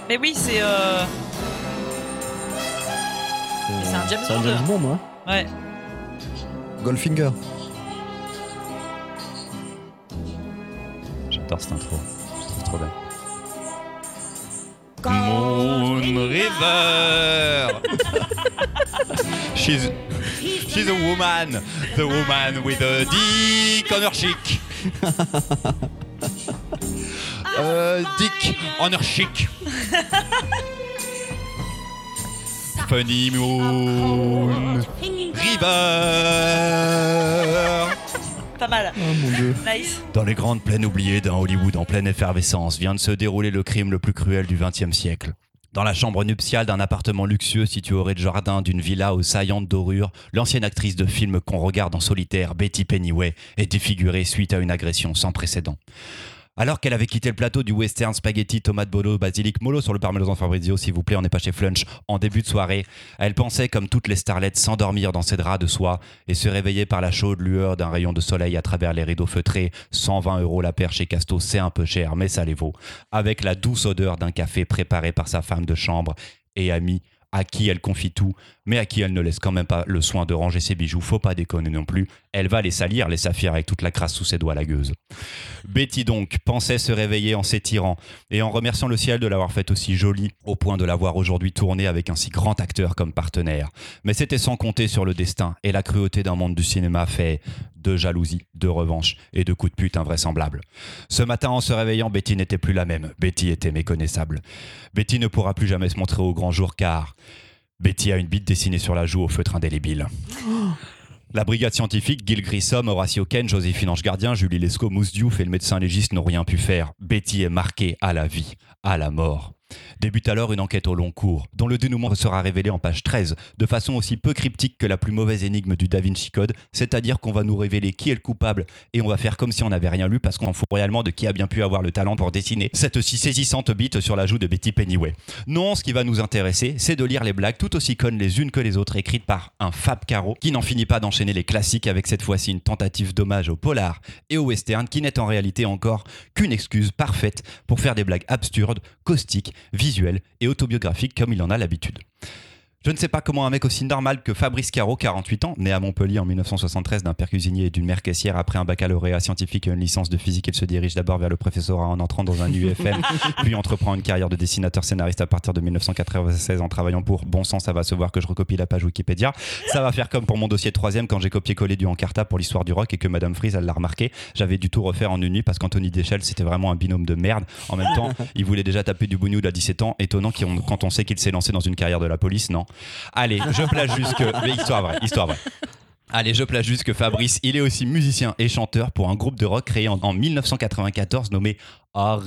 S4: Mais oui, c'est. euh, c'est un James Bond.
S3: moi.
S4: Ouais.
S3: Goldfinger.
S2: J'adore cette intro, je trouve trop belle. Moon River! she's, she's a woman, the woman with a dick on her cheek. Euh, Dick, anarchique. Funny Moon, River.
S4: Pas mal.
S3: Oh mon dieu.
S4: Nice.
S2: Dans les grandes plaines oubliées d'un Hollywood en pleine effervescence vient de se dérouler le crime le plus cruel du XXe siècle. Dans la chambre nuptiale d'un appartement luxueux situé au rez-de-jardin d'une villa aux saillantes dorures, l'ancienne actrice de film qu'on regarde en solitaire, Betty Pennyway, est défigurée suite à une agression sans précédent. Alors qu'elle avait quitté le plateau du western spaghetti tomate bolo basilic mollo sur le parmesan Fabrizio, s'il vous plaît, on n'est pas chez Flunch, en début de soirée, elle pensait comme toutes les starlettes s'endormir dans ses draps de soie et se réveiller par la chaude lueur d'un rayon de soleil à travers les rideaux feutrés. 120 euros la paire chez Casto, c'est un peu cher, mais ça les vaut. Avec la douce odeur d'un café préparé par sa femme de chambre et amie à qui elle confie tout, mais à qui elle ne laisse quand même pas le soin de ranger ses bijoux. Faut pas déconner non plus. Elle va les salir, les saphirs, avec toute la crasse sous ses doigts lagueuses. Betty donc pensait se réveiller en s'étirant et en remerciant le ciel de l'avoir faite aussi jolie au point de l'avoir aujourd'hui tournée avec un si grand acteur comme partenaire. Mais c'était sans compter sur le destin et la cruauté d'un monde du cinéma fait de jalousie, de revanche et de coups de pute invraisemblables. Ce matin, en se réveillant, Betty n'était plus la même. Betty était méconnaissable. Betty ne pourra plus jamais se montrer au grand jour car Betty a une bite dessinée sur la joue au feutre indélébile. La brigade scientifique, Gil Grissom, Horatio Ken, Joséphine Ange Gardien, Julie Lescaut, Mousse Diouf et le médecin légiste n'ont rien pu faire. Betty est marquée à la vie, à la mort. Débute alors une enquête au long cours, dont le dénouement sera révélé en page 13, de façon aussi peu cryptique que la plus mauvaise énigme du Da Vinci Code, c'est-à-dire qu'on va nous révéler qui est le coupable et on va faire comme si on n'avait rien lu parce qu'on fout réellement de qui a bien pu avoir le talent pour dessiner cette si saisissante bite sur la joue de Betty Pennyway. Non, ce qui va nous intéresser, c'est de lire les blagues tout aussi connes les unes que les autres écrites par un Fab Caro qui n'en finit pas d'enchaîner les classiques avec cette fois-ci une tentative d'hommage au polar et au western qui n'est en réalité encore qu'une excuse parfaite pour faire des blagues absurdes, caustiques, visuelles et autobiographiques comme il en a l'habitude. Je ne sais pas comment un mec aussi normal que Fabrice Caro, 48 ans, né à Montpellier en 1973 d'un père cuisinier et d'une mère caissière après un baccalauréat scientifique et une licence de physique, il se dirige d'abord vers le professorat en entrant dans un UFM, puis entreprend une carrière de dessinateur scénariste à partir de 1996 en travaillant pour Bon sang, ça va se voir que je recopie la page Wikipédia. Ça va faire comme pour mon dossier de troisième quand j'ai copié-collé du Encarta pour l'histoire du rock et que Madame Frise, elle l'a remarqué. J'avais du tout refaire en une nuit parce qu'Anthony Deschelles, c'était vraiment un binôme de merde. En même temps, il voulait déjà taper du bougnoud à 17 ans. Étonnant qu'on- quand on sait qu'il s'est lancé dans une carrière de la police, non Allez, je place jusque. Mais histoire vraie, histoire vraie. Allez, je place juste que Fabrice, il est aussi musicien et chanteur pour un groupe de rock créé en, en 1994 nommé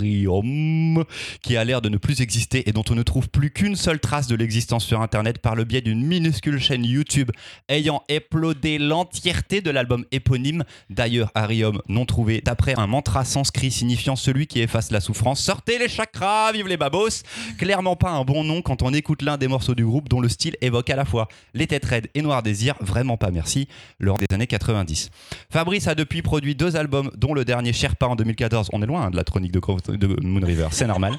S2: Arium, qui a l'air de ne plus exister et dont on ne trouve plus qu'une seule trace de l'existence sur Internet par le biais d'une minuscule chaîne YouTube ayant éplodé l'entièreté de l'album éponyme, d'ailleurs Arium non trouvé, d'après un mantra sanskrit signifiant celui qui efface la souffrance. Sortez les chakras, vive les babos Clairement pas un bon nom quand on écoute l'un des morceaux du groupe dont le style évoque à la fois les têtes raides et Noir Désir, vraiment pas merci, lors des années 90. Fabrice a depuis produit deux albums, dont le dernier Sherpa en 2014. On est loin hein, de la chronique de, Cro- de Moon River, c'est normal.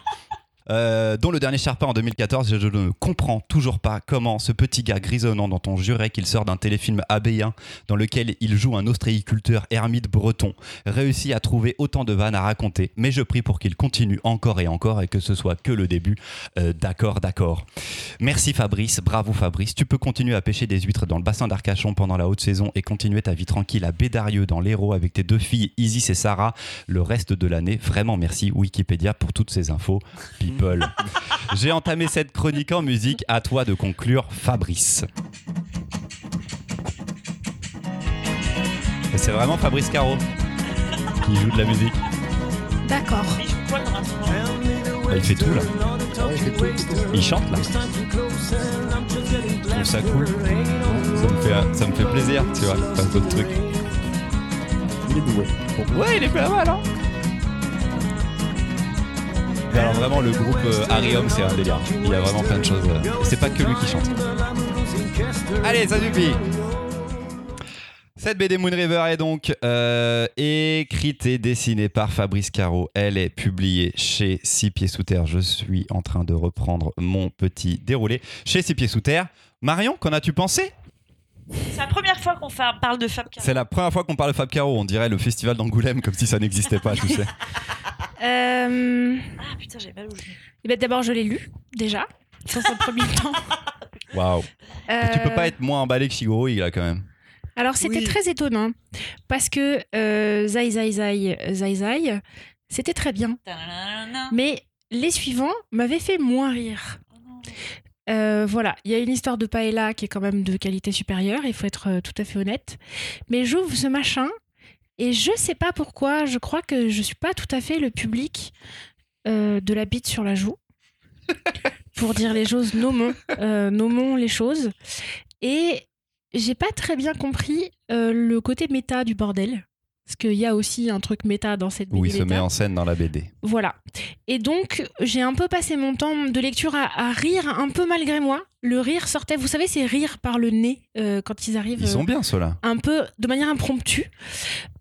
S2: Euh, dont le dernier Sherpa en 2014, je, je ne comprends toujours pas comment ce petit gars grisonnant dont on jurait qu'il sort d'un téléfilm abéien dans lequel il joue un ostréiculteur ermite breton, réussit à trouver autant de vannes à raconter, mais je prie pour qu'il continue encore et encore et que ce soit que le début. Euh, d'accord, d'accord. Merci Fabrice, bravo Fabrice. Tu peux continuer à pêcher des huîtres dans le bassin d'Arcachon pendant la haute saison et continuer ta vie tranquille à Bédarieux dans l'Hérault avec tes deux filles Isis et Sarah le reste de l'année. Vraiment merci Wikipédia pour toutes ces infos, people. J'ai entamé cette chronique en musique, à toi de conclure Fabrice. Et C'est vraiment Fabrice Caro qui joue de la musique.
S1: D'accord.
S4: Mais je vois dans un moment.
S2: Bah, il fait tout là, il chante là.
S6: Je
S2: trouve ça cool. Ça me fait, ça me fait plaisir, tu vois, pas d'autres trucs.
S3: Il est doué.
S2: Ouais, il est pas mal, hein Mais alors vraiment, le groupe euh, Arium, c'est un délire. Il y a vraiment plein de choses. euh, C'est pas que lui qui chante. Allez, ça suffit cette BD Moonriver est donc euh, écrite et dessinée par Fabrice Caro. Elle est publiée chez Six Pieds Sous Terre. Je suis en train de reprendre mon petit déroulé. Chez Six Pieds Sous Terre. Marion, qu'en as-tu pensé
S4: C'est la première fois qu'on fait- parle de Fab Caro.
S2: C'est la première fois qu'on parle de Fab Caro. On dirait le festival d'Angoulême comme si ça n'existait pas, je
S1: [laughs]
S2: sais.
S1: Euh,
S4: Ah putain, j'ai mal au genou.
S1: eh ben, D'abord, je l'ai lu, déjà, dans un premier [laughs] temps.
S2: Waouh. Tu peux
S1: Euh,
S2: pas être moins emballé que Shigoro, il a quand même.
S1: Alors c'était
S3: Oui.
S1: très étonnant parce que euh, Zai Zai Zai Zai Zai, c'était très bien.
S4: Tadadadada.
S1: Mais les suivants m'avaient fait moins rire. Euh, voilà, il y a une histoire de paella qui est quand même de qualité supérieure, il faut être euh, tout à fait honnête. Mais j'ouvre ce machin et je sais pas pourquoi, je crois que je suis pas tout à fait le public euh, de la bite sur la joue. Pour dire les choses, nommons, euh, nommons les choses. Et j'ai pas très bien compris euh, le côté méta du bordel. Parce qu'il y a aussi un truc méta dans cette
S2: Où il
S1: BD
S2: se met
S1: méta.
S2: en scène dans la BD.
S1: Voilà. Et donc, j'ai un peu passé mon temps de lecture à, à rire un peu malgré moi. Le rire sortait, vous savez, c'est rire par le nez euh, quand ils arrivent
S2: Ils sont bien ceux-là.
S1: euh, un peu de manière impromptue,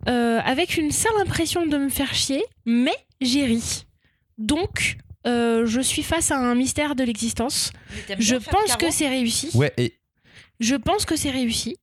S1: euh, avec une sale impression de me faire chier, mais j'ai ri. Donc, euh, je suis face à un mystère de l'existence.
S4: Mais t'aimes
S1: Je
S4: bien faire
S1: pense
S4: Caro
S1: que c'est réussi.
S2: Ouais, et
S1: Je pense que c'est réussi.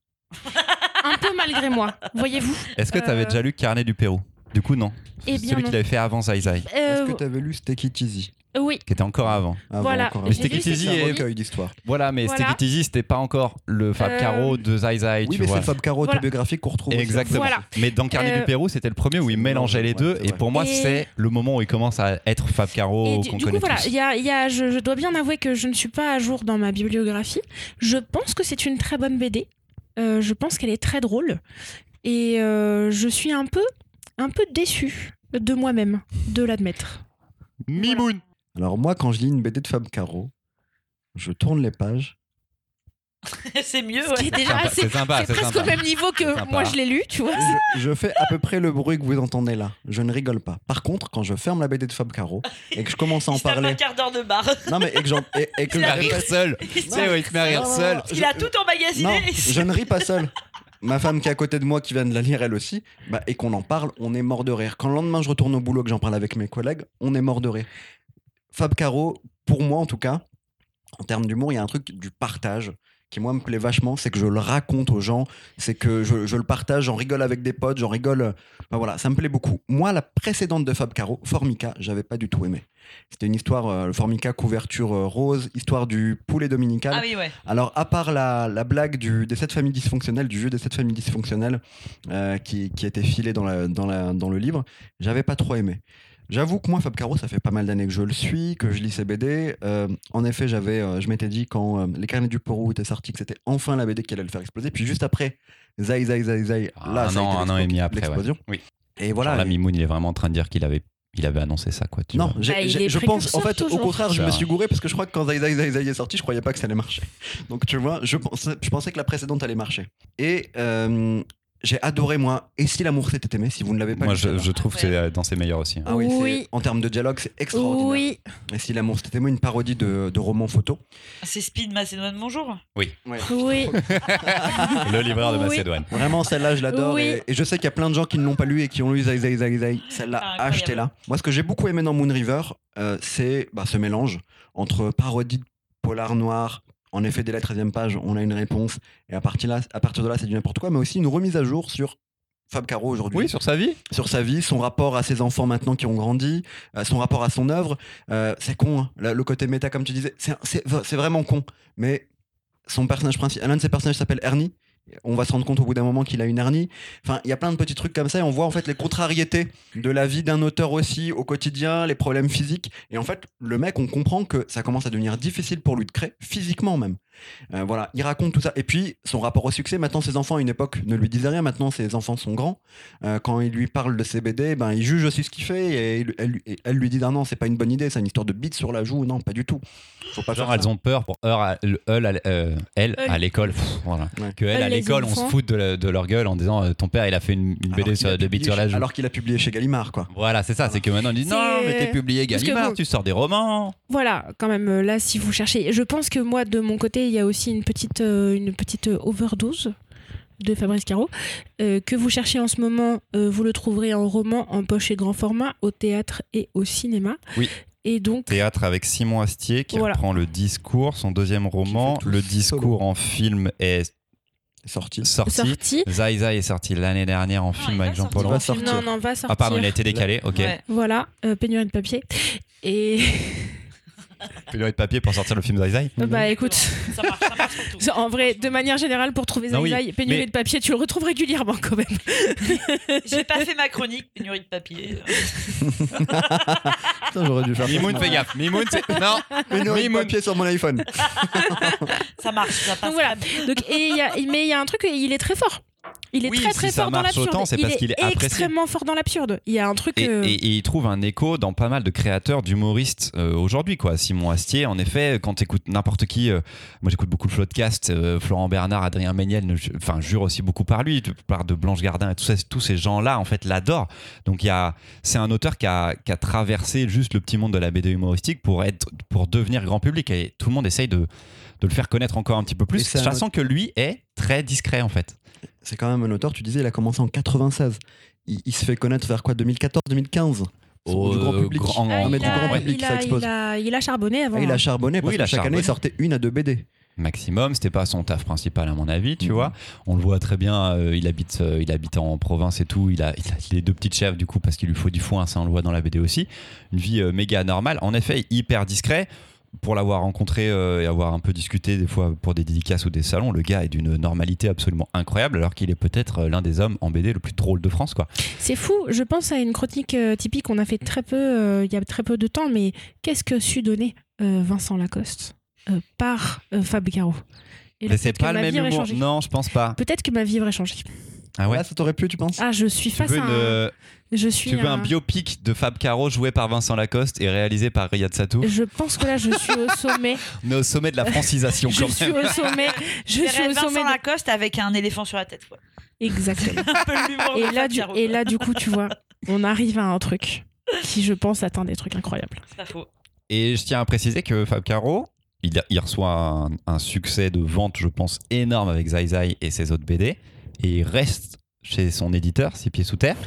S1: un peu malgré moi,
S2: [laughs]
S1: voyez-vous.
S2: est-ce que t'avais
S1: Euh.
S2: déjà lu Carnet du Pérou Du coup, non.
S1: Eh
S2: C'est
S1: bien,
S2: Celui
S1: non.
S2: qu'il avait fait avant Zai Zai,
S1: Euh,
S3: Est-ce que t'avais lu Sticky Cheesy
S1: oui,
S2: qui était encore avant.
S3: Avant,
S1: Voilà.
S3: encore
S1: Mais
S3: avant.
S1: Sticky
S3: C'est
S2: Cheesy
S3: un
S2: est-
S3: recueil d'histoire.
S2: Voilà, mais
S1: Voilà.
S2: Sticky Teasy, c'était pas encore le Fab
S1: Euh.
S2: Caro de Zai Zai,
S3: Oui,
S2: tu
S3: mais c'est
S2: vois.
S3: le Fab Caro
S1: Voilà.
S3: autobiographique qu'on retrouve. aussi.
S2: Exactement.
S1: Voilà.
S2: Mais dans Carnet
S1: Euh.
S2: du Pérou, c'était le premier où il
S3: C'est
S2: mélangeait les
S3: mélangeant, ouais,
S2: deux.
S3: c'est
S2: Et
S3: vrai.
S2: pour moi,
S1: Et-
S2: c'est le moment où il commence à être Fab
S1: Et
S2: Caro
S1: du,
S2: qu'on
S1: du coup,
S2: connaît
S1: voilà,
S2: tous.
S1: il y a- il y a- je, je dois bien avouer que je ne suis pas à jour dans ma bibliographie. Je pense que c'est une très bonne BD. Euh, je pense qu'elle est très drôle. Et euh, je suis un peu, un peu déçue de moi-même, de l'admettre.
S2: Mimoun
S3: Alors moi, quand je lis une BD de Fab Caro, je tourne les pages.
S4: [laughs] c'est mieux,
S1: Ce qui
S4: Euh, ouais.
S1: est déjà assez-
S2: C'est sympa,
S1: c'est
S2: c'est
S1: presque
S2: sympa.
S1: au même niveau
S2: C'est
S1: que
S2: sympa.
S1: moi je l'ai lu, tu vois.
S3: Je, je fais à peu près le bruit que vous entendez là. Je ne rigole pas. Par contre, quand je ferme la BD de Fab Caro et que je commence à en
S4: Il se tape un
S3: parler,
S4: quart d'heure de [laughs] barre.
S3: non mais et que, j'en- et- et que
S2: Il
S3: je
S2: va rire seul. Tu
S1: euh,
S2: sais, ouais, il se met à rire
S3: Non, non,
S2: seul.
S3: non,
S4: Il
S3: je-
S4: a tout [laughs]
S3: Non,
S4: emmagasiné.
S3: je ne ris pas seul. Ma femme qui est à côté de moi, qui vient de la lire elle aussi, bah, et qu'on en parle, on est mort de rire. Quand le lendemain je retourne au boulot, que j'en parle avec mes collègues, on est mort de rire. Fab Caro, pour moi en tout cas, en termes d'humour, il y a un truc du partage qui moi me plaît vachement, c'est que je le raconte aux gens, c'est que je, je le partage, j'en rigole avec des potes, j'en rigole. euh, Bah voilà, ça me plaît beaucoup. Moi, la précédente de Fab Caro, Formica, j'avais pas du tout aimé. C'était une histoire, euh, le Formica couverture euh, rose, histoire du poulet dominical.
S4: Ah oui, ouais.
S3: Alors, à part la, la blague du, des sept familles dysfonctionnelles, du jeu des sept familles dysfonctionnelles euh, qui, qui était filé dans, la- dans, la- dans le livre, j'avais pas trop aimé. J'avoue que moi, Fab Caro, ça fait pas mal d'années que je le suis, que je lis ses BD. Euh, en effet, j'avais, euh, je m'étais dit quand euh, Les Carnets du Porou était sorti que c'était enfin la BD qui allait le faire exploser. Puis juste après, Zai Zai Zai Zai,
S2: Ah,
S3: là,
S2: un
S3: ça a
S2: an-
S3: été
S2: un an et
S3: l'explo-
S2: demi après,
S3: l'explosion.
S2: ouais. Oui.
S3: Et
S2: Genre
S3: voilà.
S2: là,
S3: et-
S2: Mimoun, il est vraiment en train de dire qu'il avait, il avait annoncé ça, quoi. Tu
S3: non,
S2: vois.
S3: j'ai-
S1: Bah, il
S3: j'ai-
S1: est
S3: je pense, en
S1: précurseur
S3: fait, au
S1: toujours.
S3: contraire, je
S2: Ça.
S3: me suis gouré parce que je crois que quand Zai Zai Zai Zai est sorti, je croyais pas que ça allait marcher. Donc tu vois, je pensais, je pensais que la précédente allait marcher. Et euh, j'ai adoré, moi, Et si l'amour s'était aimé, si vous ne l'avez pas
S2: Moi,
S3: lu, ça
S2: je,
S3: va.
S2: je trouve que c'est euh, dans ses meilleurs aussi.
S3: Ah oui, c'est-
S1: Oui.
S3: en termes de dialogue, c'est extraordinaire.
S1: Oui,
S3: Et si l'amour s'était aimé, une parodie de, de roman photo.
S4: C'est Speed Macédoine, bonjour.
S1: oui.
S3: Ah.
S2: Le libraire de
S1: Oui.
S2: Macédoine.
S3: Vraiment, celle-là, je l'adore.
S1: Oui.
S3: Et, et je sais qu'il y a plein de gens qui ne l'ont pas lu et qui ont lu Zai Zai Zai Zai. Celle-là,
S4: Ah, incroyable.
S3: achetez-la. Moi, ce que j'ai beaucoup aimé dans Moon River, euh, c'est bah, ce mélange entre parodie de polar noir. En effet, dès la 13e page, on a une réponse. Et à partir, là, à partir de là, c'est du n'importe quoi, mais aussi une remise à jour sur Fab Caro aujourd'hui
S2: Oui, sur sa vie.
S3: sur sa vie, son rapport à ses enfants maintenant qui ont grandi, euh, son rapport à son œuvre. Euh, c'est con, hein, le, le côté méta, comme tu disais, c'est- c'est c'est vraiment con. Mais son personnage principal, l'un de ses personnages s'appelle Ernie. On va se rendre compte au bout d'un moment qu'il a une hernie. Enfin, il y a plein de petits trucs comme ça et on voit en fait les contrariétés de la vie d'un auteur aussi au quotidien, les problèmes physiques. Et en fait, le mec, on comprend que ça commence à devenir difficile pour lui de créer, physiquement même. Euh, voilà, il raconte tout ça. Et puis, son rapport au succès, maintenant ses enfants à une époque ne lui disaient rien, maintenant ses enfants sont grands. Euh, quand il lui parle de ses BD, ben, il juge aussi ce qu'il fait et il- elle, lui- et elle lui dit «Ah non, non, c'est pas une bonne idée, c'est une histoire de bite sur la joue, non, pas du tout. Faut pas
S2: Genre,
S3: faire
S2: elles
S3: ça.
S2: ont peur pour eux à- le- eux à l- euh, elle
S1: Eux.
S2: à l'école. Pff, Voilà.
S3: Ouais.
S2: Que elle
S1: Eux,
S2: à
S1: les
S2: l'école, on se
S1: enfants.
S2: fout de, la- de leur gueule en disant euh, Ton père, il a fait une, une
S3: Alors
S2: BD
S3: qu'il
S2: sur,
S3: a
S2: de
S3: publié
S2: bite sur la
S3: chez-
S2: joue.
S3: Alors qu'il a publié chez Gallimard, quoi.
S2: Voilà, c'est ça. C'est que maintenant, on dit Non,
S1: C'est-
S2: mais t'es publié
S1: Parce que
S2: Gallimard,
S1: vous-
S2: tu sors des romans.
S1: Voilà, quand même, euh, là, si vous cherchez. Je pense que moi, de mon côté, il y a aussi une petite, euh, une petite euh, overdose de Fabrice Caro. Euh, que vous cherchez en ce moment, euh, vous le trouverez en roman, en poche et grand format, au théâtre et au cinéma.
S2: Oui.
S1: Et donc,
S2: Théâtre avec Simon Astier qui
S1: Voilà.
S2: reprend le discours, son deuxième roman.
S3: Qui fait tout
S2: Le
S3: solo.
S2: discours en film est
S3: Sorti.
S2: sorti.
S1: sorti.
S2: Zai Zai est sorti l'année dernière en
S4: il
S2: film
S4: va
S2: avec Jean-Paul
S4: sortir.
S2: Rouve.
S3: va sortir.
S1: Non, non, va sortir.
S2: Ah pardon, il a été décalé, ok.
S4: Ouais.
S1: Voilà, euh, pénurie de papier. Et.
S2: Pénurie de papier pour sortir le film Zai
S3: Mhm.
S1: [laughs] Bah écoute,
S4: ça marche, ça marche pour tout.
S1: [laughs] en vrai, de manière générale, pour trouver
S2: Non, oui,
S1: Zai pénurie
S2: mais-
S1: de papier, tu le retrouves régulièrement quand même.
S4: J'ai pas fait ma chronique, pénurie de papier.
S3: Putain, j'aurais dû faire [laughs] ça.
S2: Mimoun, fais gaffe. Mimoun, c'est. Non
S3: Mais non,
S2: Mimoun.
S3: papier sur mon iPhone.
S4: Ça marche, ça passe.
S1: Donc voilà. Donc, et il y a- mais il y a un truc, il est très fort. Il est
S2: Oui,
S1: très très
S2: si ça
S1: fort dans
S2: marche
S1: l'absurde.
S2: autant, c'est
S1: il
S2: parce qu'il est apprécié.
S1: extrêmement fort dans l'absurde. Il y a un truc.
S2: Et,
S1: euh,
S2: et- et il trouve un écho dans pas mal de créateurs d'humoristes euh, aujourd'hui, quoi. Simon Astier, en effet, quand t'écoutes n'importe qui, euh, moi j'écoute beaucoup le podcast, euh, Florent Bernard, Adrien Méniel, ne- je- enfin, jure aussi beaucoup par lui, tu parles de Blanche Gardin et tout ça, tous ces gens-là, en fait, l'adorent. Donc, il y a, c'est un auteur qui a, qui a traversé juste le petit monde de la BD humoristique pour, être, pour devenir grand public et tout le monde essaye de, de le faire connaître encore un petit peu
S3: Et
S2: plus,
S3: c'est un
S2: sachant que lui est très discret, en fait.
S3: C'est quand même un auteur, tu disais, il a commencé en 96. Il, il se fait connaître vers quoi 2014, 2015
S2: Au-
S3: Du Oh, grand
S2: euh,
S3: public.
S2: grand-
S1: ah,
S2: en-
S3: mais
S1: il,
S3: du grand
S1: a,
S3: public,
S1: il
S3: ça
S1: a-
S3: expose.
S1: il a- Ah, il a charbonné avant. hein.
S3: Et il a charbonné parce
S2: Oui, Ah, il
S3: que
S2: a
S3: chaque année, il sortait une à deux BD.
S2: maximum. C'était pas son taf principal à mon avis, tu
S3: Mhm.
S2: vois. On le voit très bien. euh, il habite, euh, il habite en province et tout. Il a, il a les deux petites chèvres du coup parce qu'il lui faut du foin. Ça on le voit dans la BD aussi. Une vie euh, méga normale. En effet, hyper discret. Pour l'avoir rencontré euh, et avoir un peu discuté des fois pour des dédicaces ou des salons, le gars est d'une normalité absolument incroyable alors qu'il est peut-être euh, l'un des hommes en BD le plus drôle de France, quoi.
S1: C'est fou. Je pense à une chronique euh, typique qu'on a fait très peu, euh, il y a très peu de temps. Mais qu'est-ce que su donner euh, Vincent Lacoste euh, par euh, Fab Caro Et
S2: Mais
S1: le
S2: c'est
S1: fait que
S2: pas le
S1: ma vie
S2: même
S1: aurait
S2: humour.
S1: changé.
S2: Non, je pense pas.
S1: Peut-être que ma vie aurait changé.
S2: Ah ouais.
S3: Là, ça t'aurait plu, tu penses
S1: Ah, je suis
S2: tu
S1: face
S2: veux,
S1: à.
S2: une,
S1: Un... hein.
S2: euh,
S1: Je suis.
S2: tu veux un biopic de Fab Caro joué par Vincent Lacoste et réalisé par Riyad Sattou
S1: Je pense que là, je suis au
S2: [laughs]
S1: sommet.
S2: On est au sommet de la
S1: [laughs]
S2: francisation
S1: je
S2: quand
S1: suis
S2: même.
S1: au sommet. Je suis au
S4: Vincent
S1: sommet. de-
S4: Lacoste avec un éléphant sur la tête. Quoi.
S1: Exactement.
S4: [laughs] Un peu l'humour
S1: Et
S4: de
S1: là,
S4: Fab
S1: du,
S4: Caro,
S1: et
S4: quoi.
S1: là, du coup, tu vois, on arrive à un truc qui, je pense, atteint des trucs incroyables.
S4: C'est pas faux.
S2: Et je tiens à préciser que Fab Caro, il, a- il reçoit un, un succès de vente, je pense, énorme avec Zai Zai et ses autres BD. Et il reste chez son éditeur, Six Pieds Sous Terre,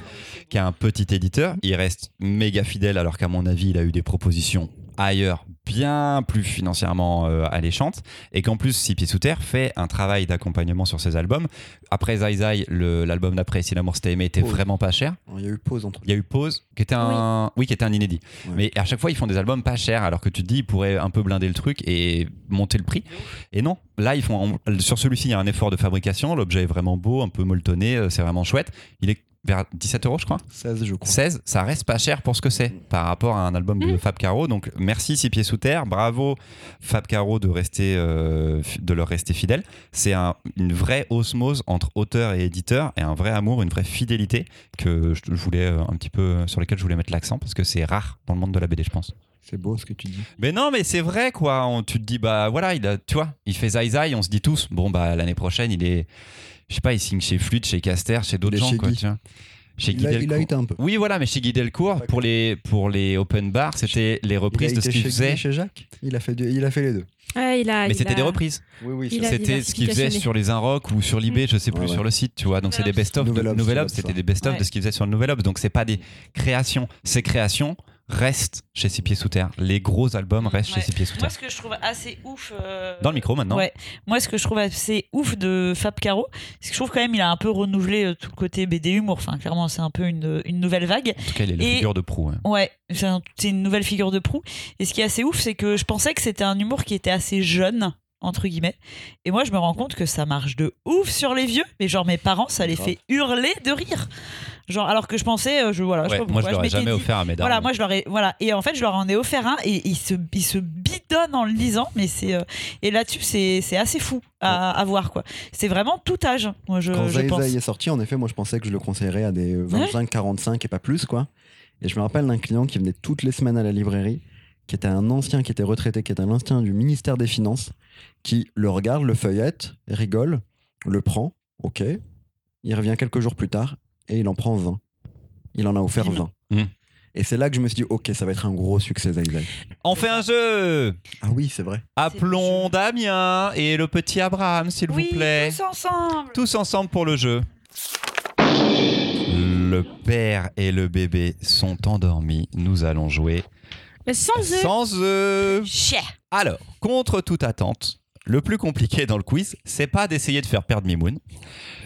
S2: qui est un petit éditeur. Il reste méga fidèle, alors qu'à mon avis, il a eu des propositions ailleurs bien plus financièrement euh, alléchantes. Et qu'en plus, Six Pieds Sous Terre fait un travail d'accompagnement sur ses albums. Après Zai Zai, le- l'album d'après, Si l'amour s'était aimé, était
S3: Oh.
S2: vraiment pas cher.
S3: Il y a eu pause entre
S2: Il y a eu Pause, qui était un, oui. qui était un inédit.
S3: Ouais.
S2: Mais à chaque fois, ils font des albums pas chers, alors que tu te dis, ils pourraient un peu blinder le truc et monter le prix. Et non, là, ils font, sur celui-ci, il y a un effort de fabrication. L'objet est vraiment beau, un peu molletonné, euh, c'est vraiment chouette. Il est vers 17 euros, je crois.
S3: 16, je crois.
S2: 16, ça reste pas cher pour ce que c'est par rapport à un album de Fab Caro. Donc merci Six Pieds Sous Terre, bravo Fab Caro de, rester, euh, fi- de leur rester fidèle. C'est un- une vraie osmose entre auteur et éditeur et un vrai amour, une vraie fidélité que je, je voulais euh, un petit peu euh, sur lesquels je voulais mettre l'accent parce que c'est rare dans le monde de la BD, je pense.
S3: C'est beau ce que tu dis.
S2: Mais non, mais c'est vrai quoi. On- tu te dis bah voilà, il a, tu vois, il fait zai zai, on se dit tous bon bah l'année prochaine il est, je sais pas, il signe chez Flute, chez Caster, chez d'autres
S3: Il est
S2: gens
S3: chez
S2: quoi.
S3: Guy.
S2: tu vois. Chez
S3: Il a, il
S2: Guy
S3: a
S2: Delcourt.
S3: été un peu.
S2: Oui, voilà, mais chez Guy Delcourt,
S3: Pas
S2: pour les, pour les open bar, c'était les
S3: Il a
S2: reprises de
S3: été
S2: ce qu'il
S3: chez,
S2: faisait.
S3: Guy, chez Jacques. Il a fait, deux- il a fait les deux.
S1: Ah, il a,
S2: Mais
S1: il
S2: c'était
S1: a-
S2: des reprises.
S3: Oui, oui.
S1: Il a
S2: C'était ce qu'il faisait
S1: diversificationné.
S2: sur les Inrock ou sur l'IB, je sais plus,
S3: Ouais, ouais.
S2: sur le site, tu vois. Donc c'est des
S4: Nouvel
S2: best-of de
S3: Nouvel Obs,
S2: Nouvel
S3: ça
S2: Obs,
S3: doit être
S2: c'était
S3: ça.
S2: des best-of de
S4: Ouais.
S2: ce qu'il faisait sur le Nouvel Obs. Donc c'est pas des créations. Ces créations restent chez Six Pieds Sous Terre. Les gros albums restent chez
S4: Ouais.
S2: Six Pieds Sous
S4: Moi,
S2: Terre.
S4: ce que je trouve assez ouf. euh,
S2: Dans le micro maintenant.
S4: Ouais. Moi, ce que je trouve assez ouf de Fab Caro, c'est que je trouve quand même il a un peu renouvelé euh, tout le côté BD humour. Enfin, clairement, c'est un peu une, une nouvelle vague.
S2: En tout cas, il est le
S4: Et-
S2: figure de proue. hein.
S4: Ouais, c'est un- c'est une nouvelle figure de proue. Et ce qui est assez ouf, c'est que je pensais que c'était un humour qui était assez jeune, entre guillemets. Et moi, je me rends compte que ça marche de ouf sur les vieux. Mais genre, mes parents, ça les
S3: Grave.
S4: fait hurler de rire. Genre, alors que je pensais, euh, je, voilà, je sais
S2: Ouais,
S4: pas
S2: moi, je
S4: pourquoi,
S2: l'aurais
S4: m'étais
S2: jamais
S4: dit-
S2: offert à mes darons.
S4: Voilà, moi je leur ai, voilà, et en fait je leur en ai offert un et ils se, ils se bidonnent en le lisant, mais c'est euh, et là-dessus c'est c'est assez fou à, à voir quoi. C'est vraiment tout âge, moi je,
S3: Quand
S4: je
S3: Zai
S4: pense.
S3: Zai est sorti, en effet, moi je pensais que je le conseillerais à des 25, 45 et pas plus, quoi. Et je me rappelle d'un client qui venait toutes les semaines à la librairie, qui était un ancien, qui était retraité, qui était un ancien du ministère des Finances, qui le regarde, le feuillette, rigole, le prend, ok. Il revient quelques jours plus tard et il en prend 20. Il en a offert 20.
S2: Mmh.
S3: Et c'est là que je me suis dit, ok, ça va être un gros succès, Zai Zai.
S2: On fait un jeu
S3: Ah oui, c'est vrai.
S2: Appelons Damien et le petit Abraham, s'il
S4: Oui,
S2: vous plaît.
S4: tous ensemble.
S2: Tous ensemble pour le jeu. Le père et le bébé sont endormis. Nous allons jouer
S1: Mais sans eux.
S2: sans eux.
S4: Chais.
S2: Alors, contre toute attente, le plus compliqué dans le quiz, c'est pas d'essayer de faire perdre Mimoun,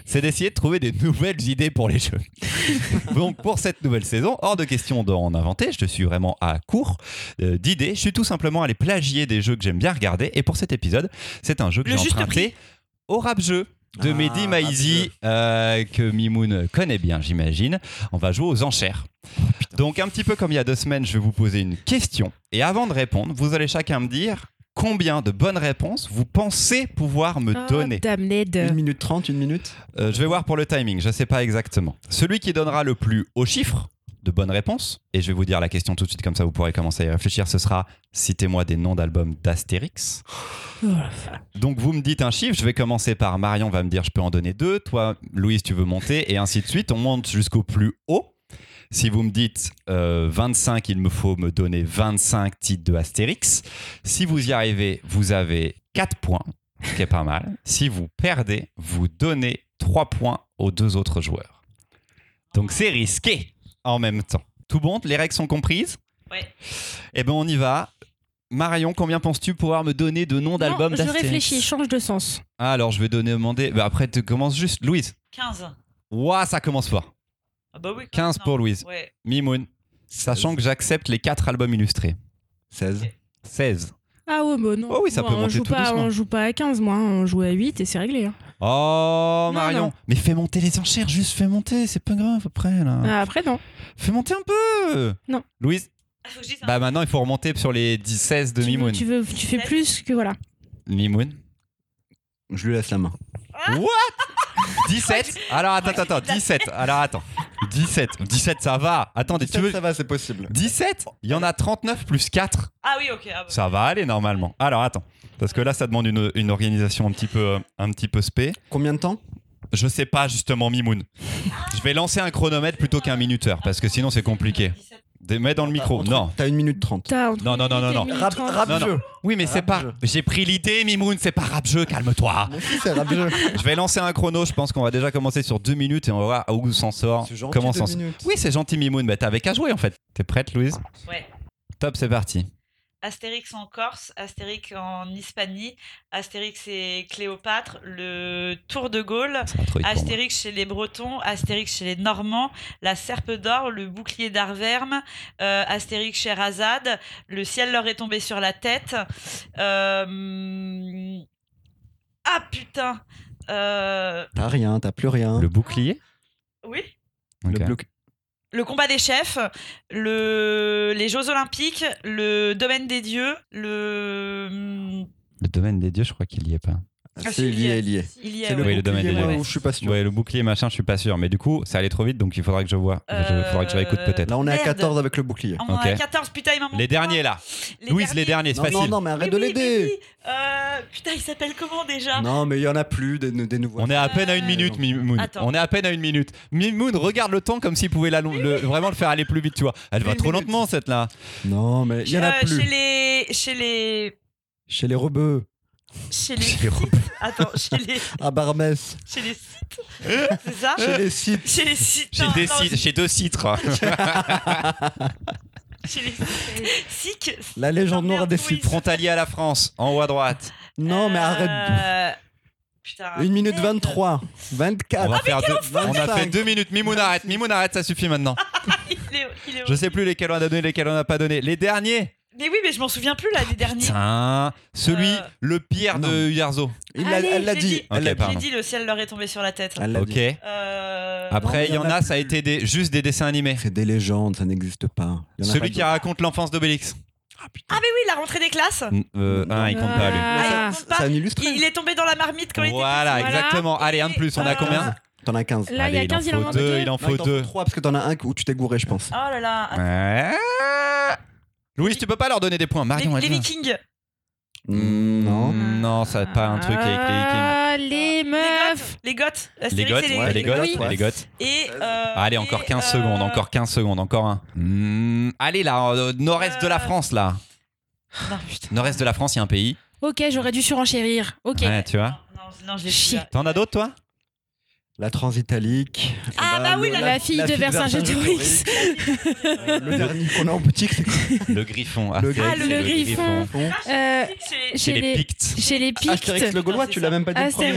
S2: c'est d'essayer de trouver des nouvelles idées pour les jeux. [laughs] Donc pour cette nouvelle saison, hors de question d'en inventer, je suis vraiment à court euh, d'idées. Je suis tout simplement allé plagier des jeux que j'aime bien regarder. Et pour cet épisode, c'est un jeu que
S4: Le
S2: j'ai
S4: juste
S2: emprunté au rap jeu de
S3: Ah,
S2: Mehdi
S3: rap
S2: Maizi
S3: jeu.
S2: euh, que Mimoun connaît bien, j'imagine. On va jouer aux enchères. Donc un petit peu comme il y a deux semaines, je vais vous poser une question. Et avant de répondre, vous allez chacun me dire combien de bonnes réponses vous pensez pouvoir me
S1: Ah,
S2: donner.
S1: damned.
S3: Une minute trente, une minute
S2: Euh, je vais voir pour le timing, je ne sais pas exactement. Celui qui donnera le plus haut chiffre de bonnes réponses, et je vais vous dire la question tout de suite, comme ça vous pourrez commencer à y réfléchir, ce sera citez-moi des noms d'albums d'Astérix.
S1: Oh la
S2: Donc vous me dites un chiffre, je vais commencer par Marion va me dire je peux en donner deux, toi Louise tu veux monter, et ainsi de suite, on monte jusqu'au plus haut. Si vous me dites euh, 25, il me faut me donner 25 titres de Astérix. Si vous y arrivez, vous avez 4 points ce qui est pas mal. Si vous perdez, vous donnez 3 points aux deux autres joueurs. Donc c'est risqué en même temps. Tout bon Les règles sont comprises
S4: Ouais.
S2: Eh ben on y va. Marion, combien penses-tu pouvoir me donner de noms d'albums
S1: Non, Je
S2: d'Astérix
S1: réfléchis, change de sens.
S2: Ah, alors je vais donner, demander. Bah, après, tu commences juste. Louise.
S4: 15.
S2: Ouah, ça commence fort.
S4: Ah bah oui,
S2: 15 pour Louise.
S4: Ouais.
S2: Mimoun. Sachant que j'accepte les 4 albums illustrés.
S3: 16.
S2: 16.
S1: Ah ouais, bah non.
S2: Oh oui, ça
S1: Bah,
S2: peut
S1: on
S2: monter
S1: joue
S2: tout
S1: pas,
S2: doucement.
S1: On joue pas à 15, moi. hein, On joue à 8 et c'est réglé. hein.
S2: Oh,
S1: Non,
S2: Marion.
S1: non.
S2: Mais fais monter les enchères, juste fais monter, c'est pas grave après là.
S1: Ah, après, non.
S2: Fais monter un peu
S1: Non.
S2: Louise
S4: Ah, faut que je dise un-
S2: Bah maintenant il faut remonter sur les 10, 16 de
S1: Tu-
S2: Mimoun.
S1: Tu, veux, tu fais plus que voilà.
S2: Mimoun
S3: Je lui laisse la main.
S1: Ah
S2: What 17 Alors attends, attends, 17 Alors attends. 17 17 ça va Attendez, tu veux...
S3: Ça va, c'est possible.
S2: 17 Il y en a 39 plus 4
S4: Ah oui, ok. ah bah.
S2: Ça va aller normalement. Alors attends. Parce que là ça demande une, une organisation un petit peu, euh, un petit peu spé.
S3: Combien de temps
S2: Je sais pas justement Mimoun. Je vais lancer un chronomètre plutôt qu'un minuteur parce que sinon c'est compliqué.
S4: 17.
S2: Des- Mets dans le micro.
S3: Entre-
S2: Non.
S3: T'as une minute trente.
S1: T'as entre
S2: Non, non, non, non, non.
S1: 8 et 8,
S3: Rap,
S1: 30.
S3: rap
S2: Oh. Non, non.
S3: jeu.
S2: Oui mais c'est pas...
S3: Rap-jeu.
S2: J'ai pris l'idée Mimoun, c'est pas rap-jeu, calme-toi.
S3: Moi aussi, c'est rap jeu.
S2: Je vais lancer un chrono, je pense qu'on va déjà commencer sur deux minutes et on va voir où s'en sort.
S3: C'est gentil,
S2: Comment
S3: deux
S2: s'en sort.
S3: minutes.
S2: Oui, c'est gentil Mimoun, bah t'avais qu'à jouer en fait. T'es prête Louise
S4: Ouais.
S2: Top, c'est parti.
S4: Astérix en Corse, Astérix en Hispanie, Astérix et Cléopâtre, le Tour de Gaulle,
S2: C'est un truc pour moi.
S4: Astérix chez les Bretons, Astérix chez les Normands, la Serpe d'Or, le Bouclier d'Arverme, euh, Astérix chez Razad, le ciel leur est tombé sur la tête. euh, Ah putain euh,
S3: T'as rien, t'as plus rien.
S2: Le bouclier
S4: Oui
S2: Ok.
S3: Le bloc.
S4: le combat des chefs, le... les Jeux Olympiques, le domaine des dieux, le. hmm,
S2: Le domaine des dieux, je crois qu'il y est pas.
S4: Ah,
S3: C'est lié, lié.
S4: Il y a-
S3: C'est le
S2: Oui,
S3: bouclier,
S2: le domaine des
S3: moi,
S4: dieux.
S3: où je suis pas sûr.
S2: Ouais, le bouclier machin, je suis pas sûr. Mais du coup, ça allait trop vite donc il faudra que je vois.
S4: Euh,
S2: Je- faudra que je réécoute peut-être.
S3: Là, on est à
S4: Merde.
S3: 14 avec le bouclier.
S4: On en a
S2: Ok.
S4: 14, putain, il m'a manqué
S2: Les derniers là.
S4: Les
S2: Louise, les derniers, c'est
S3: Non, non,
S2: facile.
S3: non, mais arrête
S4: Mais
S3: de
S4: oui, mais
S3: l'aider.
S4: oui. Euh, Putain, il s'appelle comment déjà
S3: Non, mais il y en a plus des, des nouveaux.
S2: On est à peine à une
S4: Euh,
S2: minute,
S3: non.
S2: Mimoun.
S4: Attends.
S2: On est à peine à une minute. Mimoun regarde le temps comme s'il pouvait la, le- vraiment le faire aller plus vite, tu vois. Elle va
S3: Une
S2: trop
S3: minute.
S2: lentement, cette là.
S3: Non, mais il y en a
S4: Euh,
S3: plus.
S4: Chez les. Chez les.
S3: Chez les rebeux,
S4: Chez les.
S2: Chez les
S4: sites. Attends, chez les.
S3: à Barmès,
S4: Chez les sites. C'est ça
S3: chez les sites.
S4: Chez les sites.
S2: J'ai
S4: non,
S2: des
S4: non,
S2: cit- j'ai
S4: [laughs]
S2: deux citres.
S4: Chez les sites.
S3: La légende noire des sites.
S2: Frontalier à la France, en haut à droite.
S3: Non, mais arrête.
S4: Euh, Putain.
S3: 1 minute
S4: Euh, merde.
S3: 23,
S2: On,
S4: Ah,
S3: 24.
S2: va faire deux- on a
S3: 25.
S2: fait deux minutes. Mimoun arrête, Mimoun arrête, ça suffit maintenant.
S4: [laughs] Ah, Il est- il est
S2: Je sais plus lesquels on a donné, lesquels on n'a pas donné. Les derniers.
S4: Mais oui, mais je m'en souviens plus là, les derniers.
S2: Putain, celui
S4: Euh.
S2: le pire de Uderzo.
S3: Il l'a-
S1: Allez,
S3: elle l'a
S4: j'ai
S3: dit.
S4: dit.
S3: Elle l'a
S2: Ok, pardon.
S3: dit.
S4: J'ai dit le ciel leur est tombé sur la tête.
S3: Elle l'a
S2: Ok.
S3: dit.
S4: Euh,
S2: Après, il y
S3: Non,
S2: en
S3: mais
S2: a,
S3: plus.
S2: ça a été des- juste des dessins animés.
S3: C'est des légendes, ça n'existe pas. Il y en a pas
S2: Celui qui
S3: d'autres.
S2: raconte l'enfance d'Obélix.
S4: Ah mais oui, la rentrée des classes.
S2: N- euh, ah, il compte pas lui.
S4: Ah,
S1: Ah,
S4: il compte pas.
S3: C'est un illustré.
S4: Il, il est tombé dans la marmite quand
S2: Voilà,
S4: il était petit.
S2: exactement. Allez, un de plus. On a
S4: Euh,
S2: combien
S3: T'en as 15.
S1: Là, il y a
S2: Allez,
S1: 15, il en
S2: en faut
S1: manque
S2: deux.
S1: deux.
S2: Il en
S3: Non,
S2: faut
S3: t'en
S2: deux. Ah.
S3: fais trois parce que t'en as un où tu t'es gouré, je pense.
S4: Oh là là.
S2: Ouais. Louise, tu peux pas leur donner des points.
S4: Les,
S2: Marion,
S4: les
S2: elle veut.
S4: Vikings.
S3: Mm, Non.
S2: Non, ça a pas un truc avec les Vikings.
S1: Ah, les meufs.
S4: Les Goths. Les Goths.
S2: Les
S4: Astérix
S2: gottes,
S4: et
S3: ouais,
S2: les
S3: les goths,
S2: gottes,
S3: ouais.
S2: les gottes.
S4: Et, euh,
S2: Allez,
S4: et,
S2: encore 15
S4: euh,
S2: secondes, encore 15 secondes, encore un. Hmm, allez, là, euh, nord-est de la
S4: Euh.
S2: France, là.
S4: Non, putain.
S2: Nord-est de la France, il y a un pays.
S1: Ok, j'aurais dû surenchérir. Ok.
S2: Ouais, tu vois.
S4: Non, non, je l'ai
S1: Chier.
S4: plus, là.
S2: T'en as d'autres, toi
S3: La transitalique.
S4: Ah, bah oui, la-
S1: La fille de Vercingétorix.
S3: Le dernier qu'on a en boutique, c'est quoi
S2: Le griffon.
S3: Le
S2: Astérix,
S1: griffon. Ah, le griffon. Euh,
S4: C'est-
S2: Chez les Pictes.
S1: Chez les Pictes.
S3: Astérix le Gaulois,
S4: Ah,
S3: tu
S4: c'est
S3: l'as
S4: ça.
S3: même pas dit. le premier.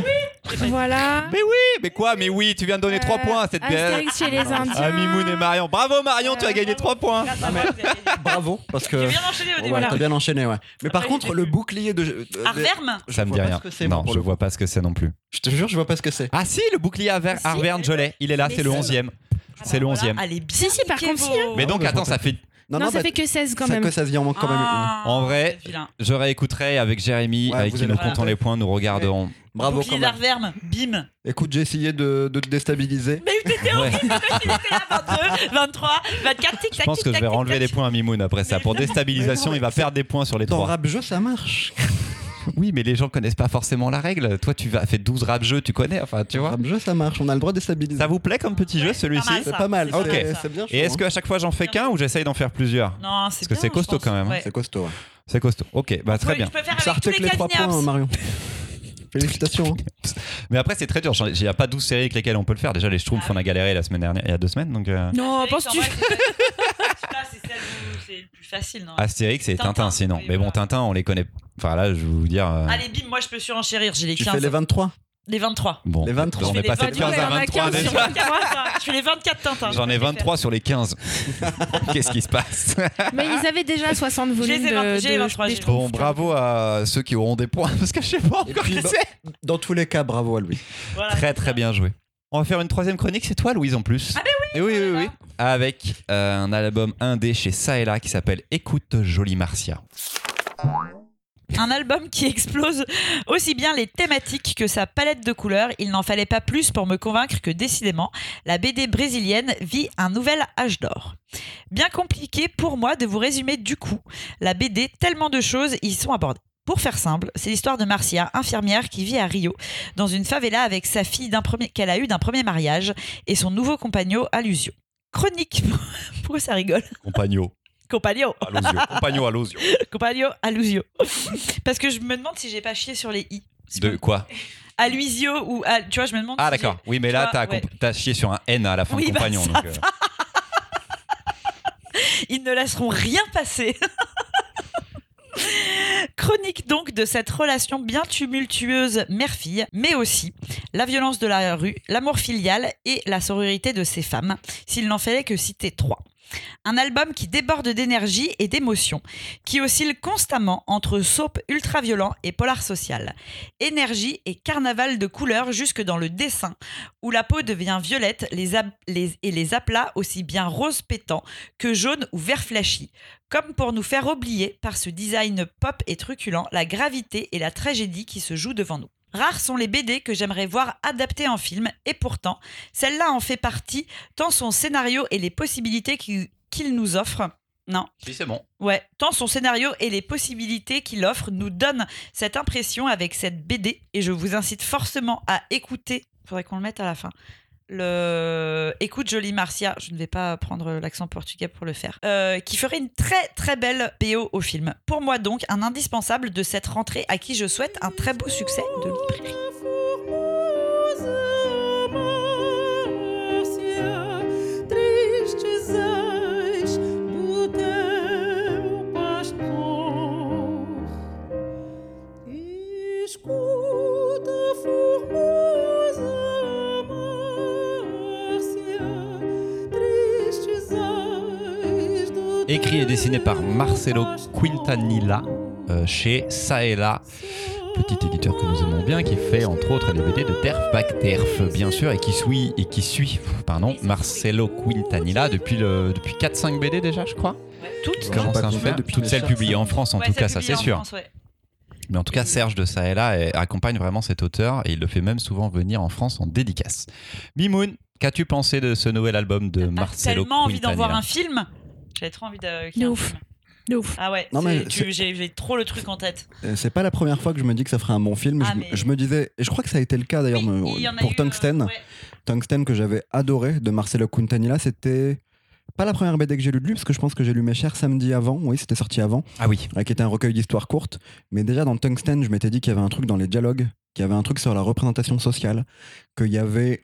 S1: Astérix. Voilà.
S2: Mais oui, Eh, mais quoi Mais oui, tu viens de donner 3
S1: Euh,
S2: points à cette bière.
S1: Astérix chez les Indiens.
S2: Ah, Mimoun et Marion. Bravo Marion, tu as gagné 3 points.
S4: grâce à moi, vous avez-
S3: Bravo, parce
S4: J'ai
S3: que.
S4: bien enchaîné au
S3: Ouais,
S4: début.
S1: Voilà.
S3: T'as bien enchaîné, ouais. Mais par
S4: Après,
S3: contre,
S4: j'ai-
S3: le bouclier de. euh, de-
S4: Arverme
S3: je
S2: Ça me
S3: vois
S2: dit
S3: pas
S2: rien.
S3: ce que c'est, moi,
S2: non,
S3: pour
S2: je
S3: le
S2: vois pas ce que c'est non plus.
S3: Je te jure, je vois pas ce que c'est.
S2: Ah si, le bouclier à ver-
S4: Si.
S2: Arverne, je l'ai. Il est là,
S1: Mais
S2: c'est le
S1: si.
S2: 11e. C'est
S4: Ah,
S2: le
S4: bah
S2: 11e.
S4: voilà. Elle est bien
S1: Si, si, par
S4: niquée,
S1: contre,
S4: vos-
S1: si,
S2: Mais donc,
S3: bah, je
S2: attends,
S3: vois
S2: ça fait.
S1: Non, ça fait que 16 quand
S3: bah, ça
S1: même.
S3: que ça se dit, en manque quand même.
S4: Ah,
S2: En vrai,
S4: c'est vilain.
S2: Je réécouterai avec Jérémy,
S3: Ouais,
S2: avec
S3: vous
S2: qui
S3: avez
S2: nous
S4: raison.
S2: comptons les points, nous regarderons.
S3: une. Bravo
S4: Bouclier
S3: quand même.
S4: d'Arverme, bim.
S3: Écoute, j'ai essayé de, de te déstabiliser.
S4: Mais t'étais
S2: Ouais.
S4: horrible, il était là, 22, 23, 24, tic tac.
S2: Je pense que je vais renlever des points à Mimoun après ça. Pour déstabilisation, il va perdre des points sur les
S3: Dans
S2: trois.
S3: rap jeu, ça marche.
S2: Oui, mais les gens connaissent pas forcément la règle. Toi, tu vas fait 12 rap jeux, tu connais, enfin, tu vois.
S3: Rap jeu, ça marche. On a le droit de déstabiliser.
S2: Ça vous plaît comme petit jeu celui-ci
S3: C'est pas mal.
S4: C'est
S3: Ok.
S4: bien, ça.
S3: C'est bien. je
S2: Et est-ce
S3: trouve,
S2: qu'à chaque fois j'en fais qu'un ou j'essaye d'en faire plusieurs
S4: Non, c'est
S2: Parce que
S4: bien,
S2: c'est
S4: je
S2: costaud
S4: pense.
S2: quand même, hein.
S3: hein. C'est costaud. ouais.
S2: C'est costaud. Ok, bah très
S4: Ouais,
S2: bien.
S4: Je peux faire
S3: Ça
S4: avec tous les,
S3: retouche les trois
S4: Calvin
S3: points,
S4: Hobbes.
S3: Marion. [laughs] Félicitations. hein.
S2: Mais après, c'est très dur. J'en ai- Il n'y a pas 12 séries avec lesquelles on peut le faire. Déjà, les Schtroumpfs, on a galéré la semaine dernière, il y a deux semaines. Donc, euh,
S1: Non,
S4: Avec
S1: penses-tu
S4: Sandra, c'est- c'est celle où c'est le plus facile, non
S2: Astérix et Tintin,
S4: Tintin,
S2: sinon.
S4: oui,
S2: mais bon,
S4: voilà.
S2: Tintin, on les connaît. Enfin, là, je vais vous dire. euh,
S4: Allez, bim, moi je peux surenchérir, j'ai les
S3: Tu
S4: 15.
S3: fais les 23.
S4: les 23.
S2: Bon,
S3: les 23.
S2: Bah, on
S4: Je
S2: est
S4: fais
S2: passé
S4: les
S2: de 15
S1: Ouais,
S2: à
S1: on a
S2: 23
S1: 15 sur
S2: déjà.
S4: 24, je fais les 24 Tintins.
S2: J'en ai 23 sur les
S4: [laughs]
S2: 15. Qu'est-ce qui se passe
S1: Mais ils avaient déjà 60
S4: J'ai
S1: volumes
S4: les
S1: de,
S4: 23, j'ai les
S1: de-
S4: 23,
S1: des
S4: j'ai les
S1: Schtroumpfs.
S2: Bon, bravo à ceux qui auront des points, [laughs] parce que je sais pas
S3: Et
S2: encore
S3: puis,
S2: qui
S3: bah-
S2: c'est.
S3: Dans tous les cas, bravo à lui.
S4: Voilà.
S2: Très très bien joué. On va faire une troisième chronique, c'est toi Louise en plus.
S4: ben
S2: Ah oui oui, oui, oui. Avec euh, un album indé chez ça et là qui s'appelle Écoute Jolie Marcia.
S4: Un album qui explose aussi bien les thématiques que sa palette de couleurs. Il n'en fallait pas plus pour me convaincre que décidément, la BD brésilienne vit un nouvel âge d'or. Bien compliqué pour moi de vous résumer du coup la BD, tellement de choses y sont abordées. Pour faire simple, c'est l'histoire de Marcia, infirmière qui vit à Rio, dans une favela avec sa fille d'un premier- qu'elle a eue d'un premier mariage et son nouveau compagnon Alusio. Chronique. [laughs] Pourquoi ça rigole
S2: Compagno
S4: Compagnon.
S2: à l'osio. Compagno
S4: [laughs]
S2: à l'osio.
S4: Compagno Alusio. [laughs] Parce que je me demande si j'ai pas chié sur les i.
S2: De quoi
S4: Alusio ou Al- tu vois, je me demande. si
S2: Ah d'accord. Oui mais
S4: tu
S2: là
S4: vois,
S2: t'as
S4: ouais.
S2: comp- t'as chié sur un N à la fin
S4: Oui,
S2: de
S4: bah,
S2: compagnon.
S4: ça
S2: donc, euh,
S4: j'ai- Ils ne laisseront rien passer. Chronique donc de cette relation bien tumultueuse mère-fille, mais aussi la violence de la rue, l'amour filial et la sororité de ces femmes, s'il n'en fallait que citer trois. Un album qui déborde d'énergie et d'émotion, qui oscille constamment entre soap ultra-violent et polar social. Énergie et carnaval de couleurs jusque dans le dessin, où la peau devient violette les ab- les- et les aplats aussi bien rose pétant que jaune ou vert flashy, comme pour nous faire oublier par ce design pop et truculent la gravité et la tragédie qui se jouent devant nous. Rares sont les BD que j'aimerais voir adaptées en film, et pourtant, celle-là en fait partie, tant son scénario et les possibilités qui- qu'il nous offre. Non,
S2: Si c'est bon.
S4: Ouais, tant son scénario et les possibilités qu'il offre nous donnent cette impression avec cette BD. Et je vous incite forcément à écouter. Faudrait qu'on le mette à la fin. Le écoute jolie Marcia, je ne vais pas prendre l'accent portugais pour le faire, euh, qui ferait une très très belle BO au film. Pour moi donc, un indispensable de cette rentrée à qui je souhaite un très beau succès de librairie.
S7: Escuta, formosa Márcia, tristes ais do
S2: Écrit et dessiné par Marcelo Quintanilla euh, chez ça et là. Petit éditeur que nous aimons bien, qui fait entre autres les BD de Terf Back Terf, bien sûr, et qui suit, et qui suit pardon, Marcelo Quintanilla depuis, le, depuis 4-5 BD déjà, je crois.
S4: toutes.
S3: Comment
S2: Commence à
S3: pas
S2: en
S3: compter
S2: faire.
S3: depuis
S2: Toutes
S3: mes
S2: celles
S3: charts,
S2: publiées
S3: ça.
S2: en France, en
S4: Ouais,
S2: tout
S4: ça
S2: cas, ça
S4: publie
S2: c'est
S4: en
S2: sûr.
S4: France, ouais.
S2: Mais en tout cas, Serge de ça et là et accompagne vraiment cet auteur et il le fait même souvent venir en France en dédicace. Mimoun, qu'as-tu pensé de ce nouvel album de
S4: T'as pas
S2: Marcelo
S4: tellement envie d'en voir
S2: Quintanilla
S4: un film. J'ai trop envie de. qu'il y ait
S1: De
S4: un
S1: ouf.
S4: film.
S1: De ouf.
S4: Ah ouais,
S3: Non, mais
S4: c'est- tu- j'ai j'ai trop le truc en tête.
S3: Euh, C'est pas la première fois que je me dis que ça ferait un bon film.
S4: Ah,
S3: je, me-
S4: mais-
S3: je me disais, et je crois que ça a été le cas d'ailleurs
S4: Oui,
S3: me-
S4: il y en a
S3: pour
S4: eu,
S3: Tungsten.
S4: euh, ouais.
S3: Tungsten que j'avais adoré de Marcelo Quintanilla, c'était pas la première BD que j'ai lu de lui, parce que je pense que j'ai lu Mes Chers samedi avant, oui, c'était sorti avant,
S2: Ah oui,
S3: euh, qui était un recueil d'histoires courtes. Mais déjà dans Tungsten, je m'étais dit qu'il y avait un truc dans les dialogues, qu'il y avait un truc sur la représentation sociale, qu'il y avait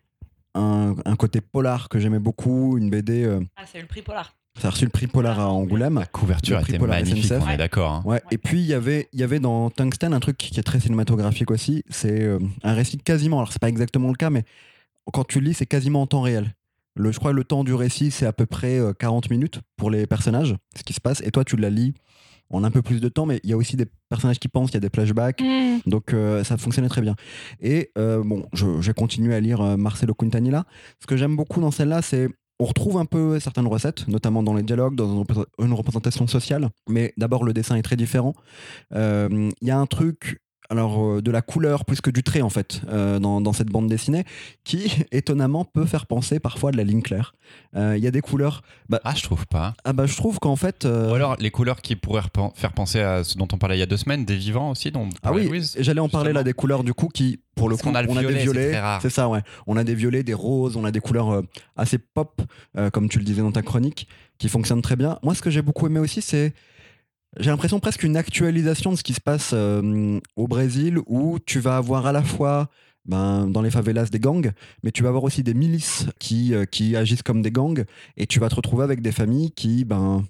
S3: un, un côté polar que j'aimais beaucoup, une BD. euh,
S4: Ah, ça a eu le prix polar.
S3: ça a reçu le prix Polar à Angoulême.
S8: Ah, La couverture
S3: Le prix
S8: était
S3: Polar
S8: magnifique,
S3: SNCF.
S8: on est d'accord. hein.
S3: Ouais, et puis il y avait, il y avait dans Tungsten un truc qui est très cinématographique aussi. C'est euh, un récit quasiment, alors c'est pas exactement le cas, mais quand tu le lis, c'est quasiment en temps réel. Le, je crois que le temps du récit, c'est à peu près euh, 40 minutes pour les personnages, ce qui se passe. Et toi, tu la lis en un peu plus de temps, mais il y a aussi des personnages qui pensent, il y a des flashbacks.
S1: Mm.
S3: Donc euh, ça fonctionnait très bien. Et euh, bon, je, je continue à lire euh, Marcelo Quintanilla. Ce que j'aime beaucoup dans celle-là, c'est on retrouve un peu certaines recettes, notamment dans les dialogues, dans une repré- une représentation sociale. Mais d'abord, le dessin est très différent. Euh, Il y a un truc, alors euh, de la couleur plus que du trait en fait, euh, dans, dans cette bande dessinée, qui [laughs] étonnamment peut faire penser parfois à de la ligne claire. Euh, Il y a des couleurs.
S2: Ah, je trouve pas.
S3: Ah bah je trouve qu'en fait. euh,
S2: Ou alors les couleurs qui pourraient repen- faire penser à ce dont on parlait il y a deux semaines, des vivants aussi, dont
S3: Ah oui,
S2: Louise.
S3: et j'allais en parler
S2: justement.
S3: là des couleurs du coup qui, pour le
S2: Parce
S3: coup,
S2: qu'on a le
S3: des
S2: violet, c'est
S3: violets,
S2: très rare.
S3: c'est ça ouais. On a des violets, des roses, on a des couleurs euh, assez pop, euh, comme tu le disais dans ta chronique, qui fonctionnent très bien. Moi, ce que j'ai beaucoup aimé aussi, c'est j'ai l'impression presque une actualisation de ce qui se passe euh, au Brésil, où tu vas avoir à la fois ben, dans les favelas des gangs, mais tu vas avoir aussi des milices qui, euh, qui agissent comme des gangs, et tu vas te retrouver avec des familles qui, ben,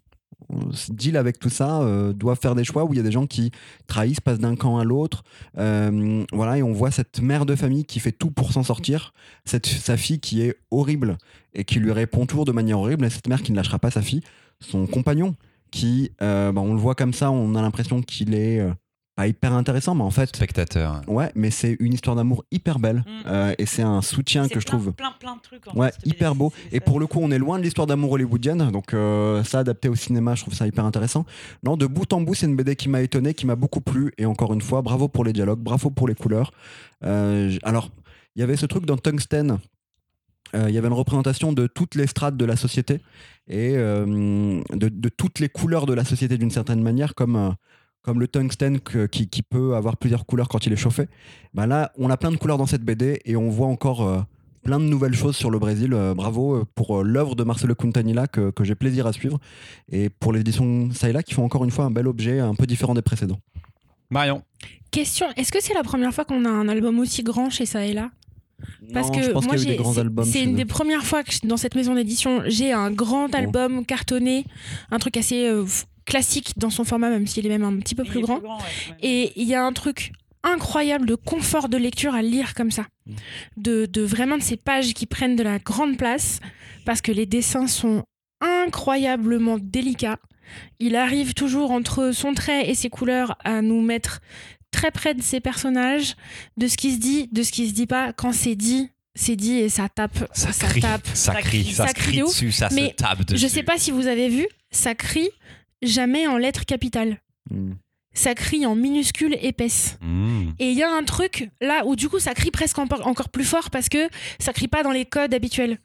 S3: on se deal avec tout ça, euh, doivent faire des choix où il y a des gens qui trahissent, passent d'un camp à l'autre. Euh, voilà, et on voit cette mère de famille qui fait tout pour s'en sortir, cette, sa fille qui est horrible et qui lui répond toujours de manière horrible, et cette mère qui ne lâchera pas sa fille, son compagnon, qui, euh, bah, on le voit comme ça, on a l'impression qu'il est euh, pas hyper intéressant, mais en fait,
S2: Spectateur.
S3: ouais, mais c'est une histoire d'amour hyper belle,
S4: Mm.
S3: euh, et c'est un soutien
S4: C'est
S3: que je
S4: plein-
S3: trouve
S4: Plein, plein de trucs. en
S3: Ouais,
S4: fait, cette
S3: hyper
S4: BD,
S3: beau.
S4: c'est- c'est
S3: Et
S4: ça.
S3: pour le coup, on est loin de l'histoire d'amour hollywoodienne, donc euh, ça adapté au cinéma, je trouve ça hyper intéressant. Non, de bout en bout, c'est une BD qui m'a étonné, qui m'a beaucoup plu, et encore une fois, bravo pour les dialogues, bravo pour les couleurs. Euh, j- alors, il y avait ce truc dans Tungsten, euh, il y avait une représentation de toutes les strates de la société, et euh, de, de toutes les couleurs de la société d'une certaine manière, comme... euh, comme le tungstène que- qui, qui peut avoir plusieurs couleurs quand il est chauffé. Bah là, on a plein de couleurs dans cette BD et on voit encore euh, plein de nouvelles choses sur le Brésil. Euh, bravo euh, pour euh, l'œuvre de Marcelo Quintanilla que, que j'ai plaisir à suivre et pour l'édition Saïla qui font encore une fois un bel objet un peu différent des précédents.
S2: Marion.
S1: Question est-ce que c'est la première fois qu'on a un album aussi grand chez ça et là Parce
S3: Non,
S1: que
S3: je pense
S1: moi,
S3: qu'il y a eu des
S1: j'ai-
S3: grands
S1: c'est-
S3: albums.
S1: C'est
S3: chez
S1: une
S3: eux.
S1: des premières fois que je- dans cette maison d'édition, j'ai un grand album cartonné, un truc assez euh, f- classique dans son format, même s'il est même un petit peu
S4: Il est
S1: plus grand.
S4: ouais, ouais.
S1: Et il y a un truc incroyable de confort de lecture à lire comme ça.
S4: Mm.
S1: De, de vraiment de ces pages qui prennent de la grande place parce que les dessins sont incroyablement délicats. Il arrive toujours entre son trait et ses couleurs à nous mettre très près de ses personnages, de ce qui se dit, de ce qui se dit pas. Quand c'est dit, c'est dit et ça tape, ça, tape.
S8: ça
S4: crie,
S8: crie, ça
S1: ça
S8: se
S1: crie
S8: crie
S1: de ouf.
S8: dessus, ça
S1: Mais
S8: se tape dessus.
S1: Je sais pas si vous avez vu, ça crie jamais en lettres capitales.
S3: Mm.
S1: Ça crie en minuscules épaisses.
S8: Mmh.
S1: Et il y a un truc là où du coup ça crie presque empo- encore plus fort parce que ça crie pas dans les codes habituels.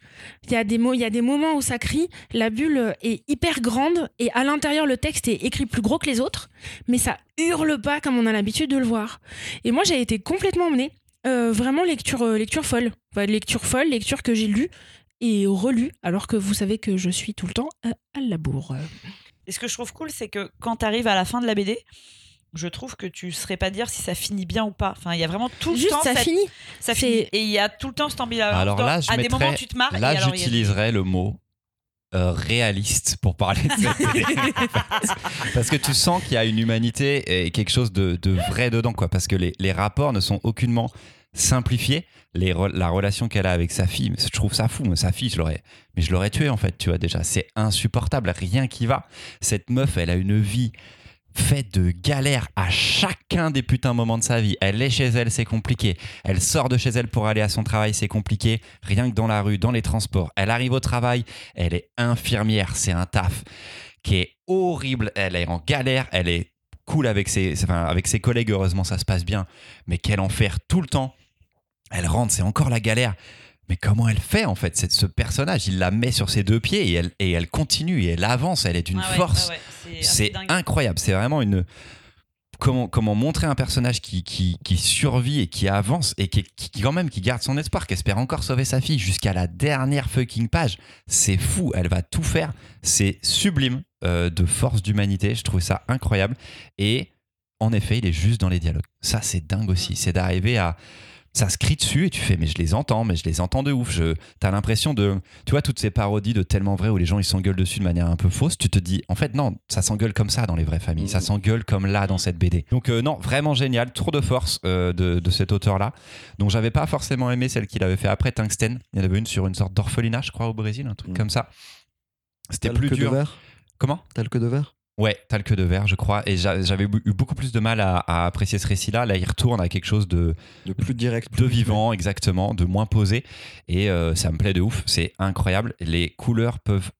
S1: Il y a des mots, il y a des moments où ça crie. La bulle est hyper grande et à l'intérieur le texte est écrit plus gros que les autres, mais ça hurle pas comme on a l'habitude de le voir. Et moi j'ai été complètement emmenée, euh, vraiment lecture euh, lecture folle, Enfin, lecture folle, lecture que j'ai lue et relue alors que vous savez que je suis tout le temps euh, à la bourre.
S4: Et ce que je trouve cool, c'est que quand tu arrives à la fin de la BD, je trouve que tu saurais pas dire si ça finit bien ou pas. Enfin, il y a vraiment tout le
S1: Juste
S4: temps
S1: ça
S4: cette-
S1: finit.
S4: ça
S1: c'est-
S4: finit. Et il y a tout le temps cet ambivalence.
S2: Alors là,
S4: dans-
S2: je
S4: à des
S2: mettrais-
S4: moments tu te
S1: Ah,
S4: marres. et
S2: Là,
S4: alors, il y a-
S2: j'utiliserais le mot euh, réaliste pour parler
S1: [laughs]
S2: de cette BD, en fait. Parce que tu sens qu'il y a une humanité et quelque chose de, de vrai dedans, quoi. Parce que les, les rapports ne sont aucunement simplifiés. Les re- la relation qu'elle a avec sa fille, mais je trouve ça fou. Moi, sa fille, je l'aurais, mais je l'aurais tuée en fait. Tu vois déjà, c'est insupportable. Rien qui va. Cette meuf, elle a une vie faite de galères à chacun des putains moments de sa vie. Elle est chez elle, c'est compliqué. Elle sort de chez elle pour aller à son travail, c'est compliqué rien que dans la rue, dans les transports. Elle arrive au travail, elle est infirmière, c'est un taf qui est horrible, elle est en galère, elle est cool avec ses, enfin, avec ses collègues, heureusement ça se passe bien, mais quel enfer tout le temps. Elle rentre, c'est encore la galère. Mais comment elle fait en fait cette- Ce personnage, il la met sur ses deux pieds et elle, et elle continue et elle avance, elle est d'une
S4: Ah ouais,
S2: force.
S4: ah ouais, c'est assez
S2: C'est
S4: dingue.
S2: incroyable. C'est vraiment une. Comment, comment montrer un personnage qui, qui, qui survit et qui avance et qui, qui- qui quand même qui garde son espoir, qui espère encore sauver sa fille jusqu'à la dernière fucking page. C'est fou, elle va tout faire. C'est sublime euh, de force d'humanité. Je trouve ça incroyable. Et en effet, il est juste dans les dialogues. Ça, c'est dingue aussi. C'est d'arriver à ça se crie dessus et tu fais mais je les entends mais je les entends de ouf je t'as l'impression de tu vois toutes ces parodies de tellement vrai où les gens ils s'engueulent dessus de manière un peu fausse tu te dis en fait non ça s'engueule comme ça dans les vraies familles
S3: Mm.
S2: ça s'engueule comme là dans cette BD donc euh, non vraiment génial tour de force euh, de, de cet auteur là donc j'avais pas forcément aimé celle qu'il avait fait après Tungsten il y en avait une sur une sorte d'orphelinat je crois au Brésil un truc
S3: Mm.
S2: comme ça c'était
S3: T'as le
S2: plus
S3: queue de
S2: dur
S3: verre
S2: comment
S3: T'as le queue de verre
S2: Ouais, t'as le queue de verre, je crois. Et j'a- j'avais bu- eu beaucoup plus de mal à, à apprécier ce récit-là. Là, il retourne à quelque chose de,
S3: De plus direct.
S2: de vivant, exactement, de moins posé. Et euh, ça me plaît de ouf. C'est incroyable. Les couleurs peuvent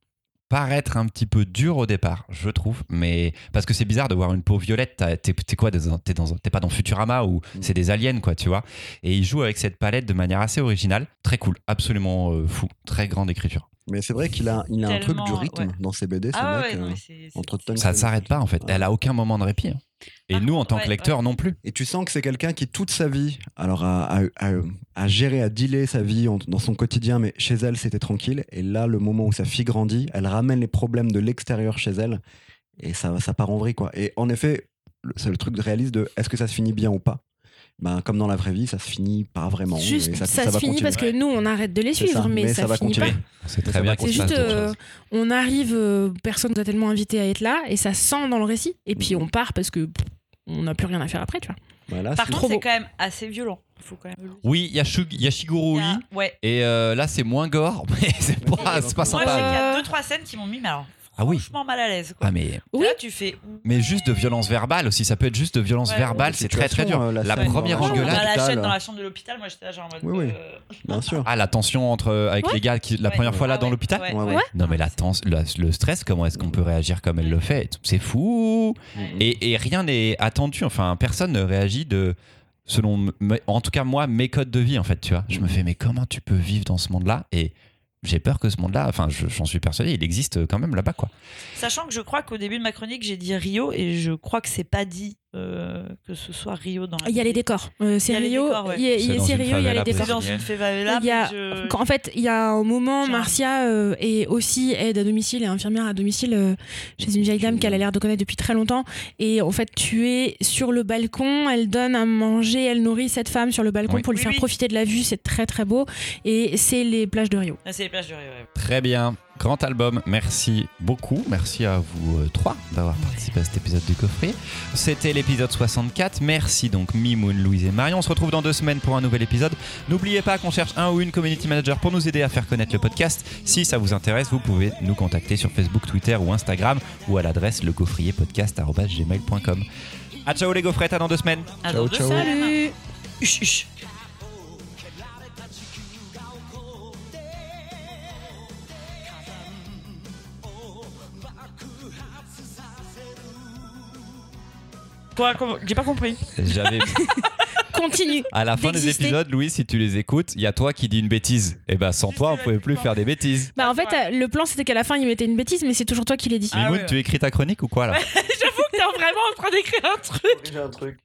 S2: paraître un petit peu dures au départ, je trouve. Mais parce que c'est bizarre de voir une peau violette. T'as- T'es t'es quoi dans un- T'es dans un- t'es pas dans Futurama où
S3: Mm.
S2: c'est des aliens, quoi, tu vois. Et il joue avec cette palette de manière assez originale. Très cool, absolument euh, fou. Très grande écriture.
S3: Mais c'est vrai qu'il a, il a un truc du
S4: Tellement,
S3: rythme
S4: ouais.
S3: dans ses BD, ce
S4: Ah
S3: mec.
S4: ouais, non,
S3: euh,
S4: mais c'est. c'est-
S3: entre Tungsten-
S2: Ça ne s'arrête pas, en fait.
S3: Ouais.
S2: Elle a aucun moment de répit. hein. Et
S4: Par
S2: nous, en
S4: contre,
S2: tant
S4: ouais,
S2: que lecteurs, non plus.
S3: Et tu sens que c'est quelqu'un qui, toute sa vie, alors a, a- a- a géré, à dealer sa vie en- dans son quotidien, mais chez elle, c'était tranquille. Et là, le moment où sa fille grandit, elle ramène les problèmes de l'extérieur chez elle. Et ça, ça part en vrille, quoi. Et en effet, le- c'est le truc de réaliste de est-ce que ça se finit bien ou pas ben, Comme dans la vraie vie, ça se finit pas vraiment.
S1: Juste,
S3: et
S1: ça, se
S3: va
S1: finit
S3: continuer.
S1: parce que nous, on arrête de les
S3: C'est
S1: suivre,
S3: ça,
S1: mais, ça,
S3: va
S1: finit
S3: continuer.
S1: pas.
S2: C'est
S3: Ça
S2: très
S3: va
S2: bien
S3: qu'on
S2: qu'on
S1: C'est
S2: se fasse
S1: juste,
S2: d'autres
S1: euh,
S2: choses.
S1: on arrive, euh, personne nous a tellement invité à être là, et ça sent dans le récit, et puis
S3: Mm.
S1: on part parce que pff, on n'a plus rien à faire après, tu vois.
S3: Voilà,
S4: Par
S3: c'est-
S4: contre,
S1: beau.
S4: c'est quand même assez violent. Faut quand même.
S2: Oui, il y, a Shug- il y a Shiguro Oi,
S4: Il y a- Ouais.
S2: Et euh, là, c'est moins gore, [laughs] mais c'est pas, c'est pas
S4: Moi, je sais qu'il
S2: sympa.
S4: y a
S1: Euh.
S4: deux trois scènes qui m'ont mis mais alors,
S2: Ah oui.
S4: franchement mal à l'aise. Quoi.
S2: Ah, mais,
S1: Oui.
S4: Là, tu fais.
S2: mais juste de violence verbale aussi. Ça peut être juste de violence
S4: Ouais.
S2: verbale,
S3: La
S2: c'est très très dur.
S3: situation, euh, la
S2: La,
S3: scène
S2: première
S3: dans la-
S4: Dans
S2: engueulade.
S4: la
S3: l'hôpital.
S4: chaîne, dans la chambre de l'hôpital, moi j'étais là genre en mode.
S3: Oui, oui.
S4: euh,
S3: bien sûr.
S2: Ah, la tension entre, euh, avec
S1: Ouais.
S2: les gars qui, la
S4: ouais.
S2: première fois là
S4: Ah
S2: dans
S4: ouais,
S2: l'hôpital.
S4: ouais,
S3: Ouais, ouais.
S4: ouais.
S2: Non, mais la tens- la- le stress, comment est-ce qu'on peut réagir comme elle le fait C'est fou.
S4: Ouais.
S2: Et, et rien n'est attendu. Enfin, personne ne réagit de selon, me- en tout cas moi, mes codes de vie en fait. Tu vois, je me fais mais comment tu peux vivre dans ce monde-là Et j'ai peur que ce monde-là, enfin, je- j'en suis persuadé, il existe quand même là-bas, quoi.
S4: Sachant que je crois qu'au début de ma chronique, j'ai dit Rio et je crois que c'est pas dit euh, que ce soit Rio dans. la
S1: Il y a les
S4: BD.
S1: décors. Euh, c'est
S4: Il y a les
S1: Rio,
S4: décors, ouais.
S1: il y a-
S2: C'est
S1: il y a-
S2: dans
S1: c'est
S2: une
S1: Rio, il y a les
S4: C'est
S2: favela
S1: décors.
S4: dans
S2: Brésilien.
S4: une favela.
S1: Il y a-
S4: mais je-
S1: Quand- en fait, il y a un moment,
S4: Genre.
S1: Marcia euh, est aussi aide à domicile et infirmière à domicile euh, chez une vieille dame qu'elle a l'air de connaître depuis très longtemps. Et en fait, tu es sur le balcon, elle donne à manger, elle nourrit cette femme sur le balcon
S2: Oui.
S1: pour lui
S4: Oui,
S1: faire
S4: oui.
S1: profiter de la vue. C'est très très beau. Et c'est les plages de Rio.
S4: Ah, c'est les plages de Rio. ouais.
S2: Très bien, grand album, merci beaucoup, merci à vous euh, trois d'avoir participé à cet épisode du coffret. C'était l'épisode 64, merci donc Mimoun, Louise et Marion, on se retrouve dans deux semaines pour un nouvel épisode. N'oubliez pas qu'on cherche un ou une community manager pour nous aider à faire connaître le podcast. Si ça vous intéresse, vous pouvez nous contacter sur Facebook, Twitter ou Instagram ou à l'adresse legaufrierpodcast.com. A ciao les gaufrettes, à dans deux semaines
S4: Ah,
S3: Ciao,
S4: dans deux
S3: ciao.
S4: salles.
S1: Salut
S4: Huch, huch. Quoi, comment- J'ai pas compris.
S2: J'avais
S1: Continue
S2: À la fin des
S1: D'exister.
S2: épisodes, Louis, si tu les écoutes, il y a toi qui dis une bêtise. Et ben sans toi, on pouvait plus faire des bêtises.
S1: Bah en fait, euh, le plan c'était qu'à la fin il mettait une bêtise, mais c'est toujours toi qui l'ai [laughs] dit.
S4: Ah
S2: Mimoun,
S4: ouais.
S2: tu écris ta chronique ou quoi là
S4: J'avoue que t'es vraiment en train d'écrire un truc.
S3: J'ai un truc.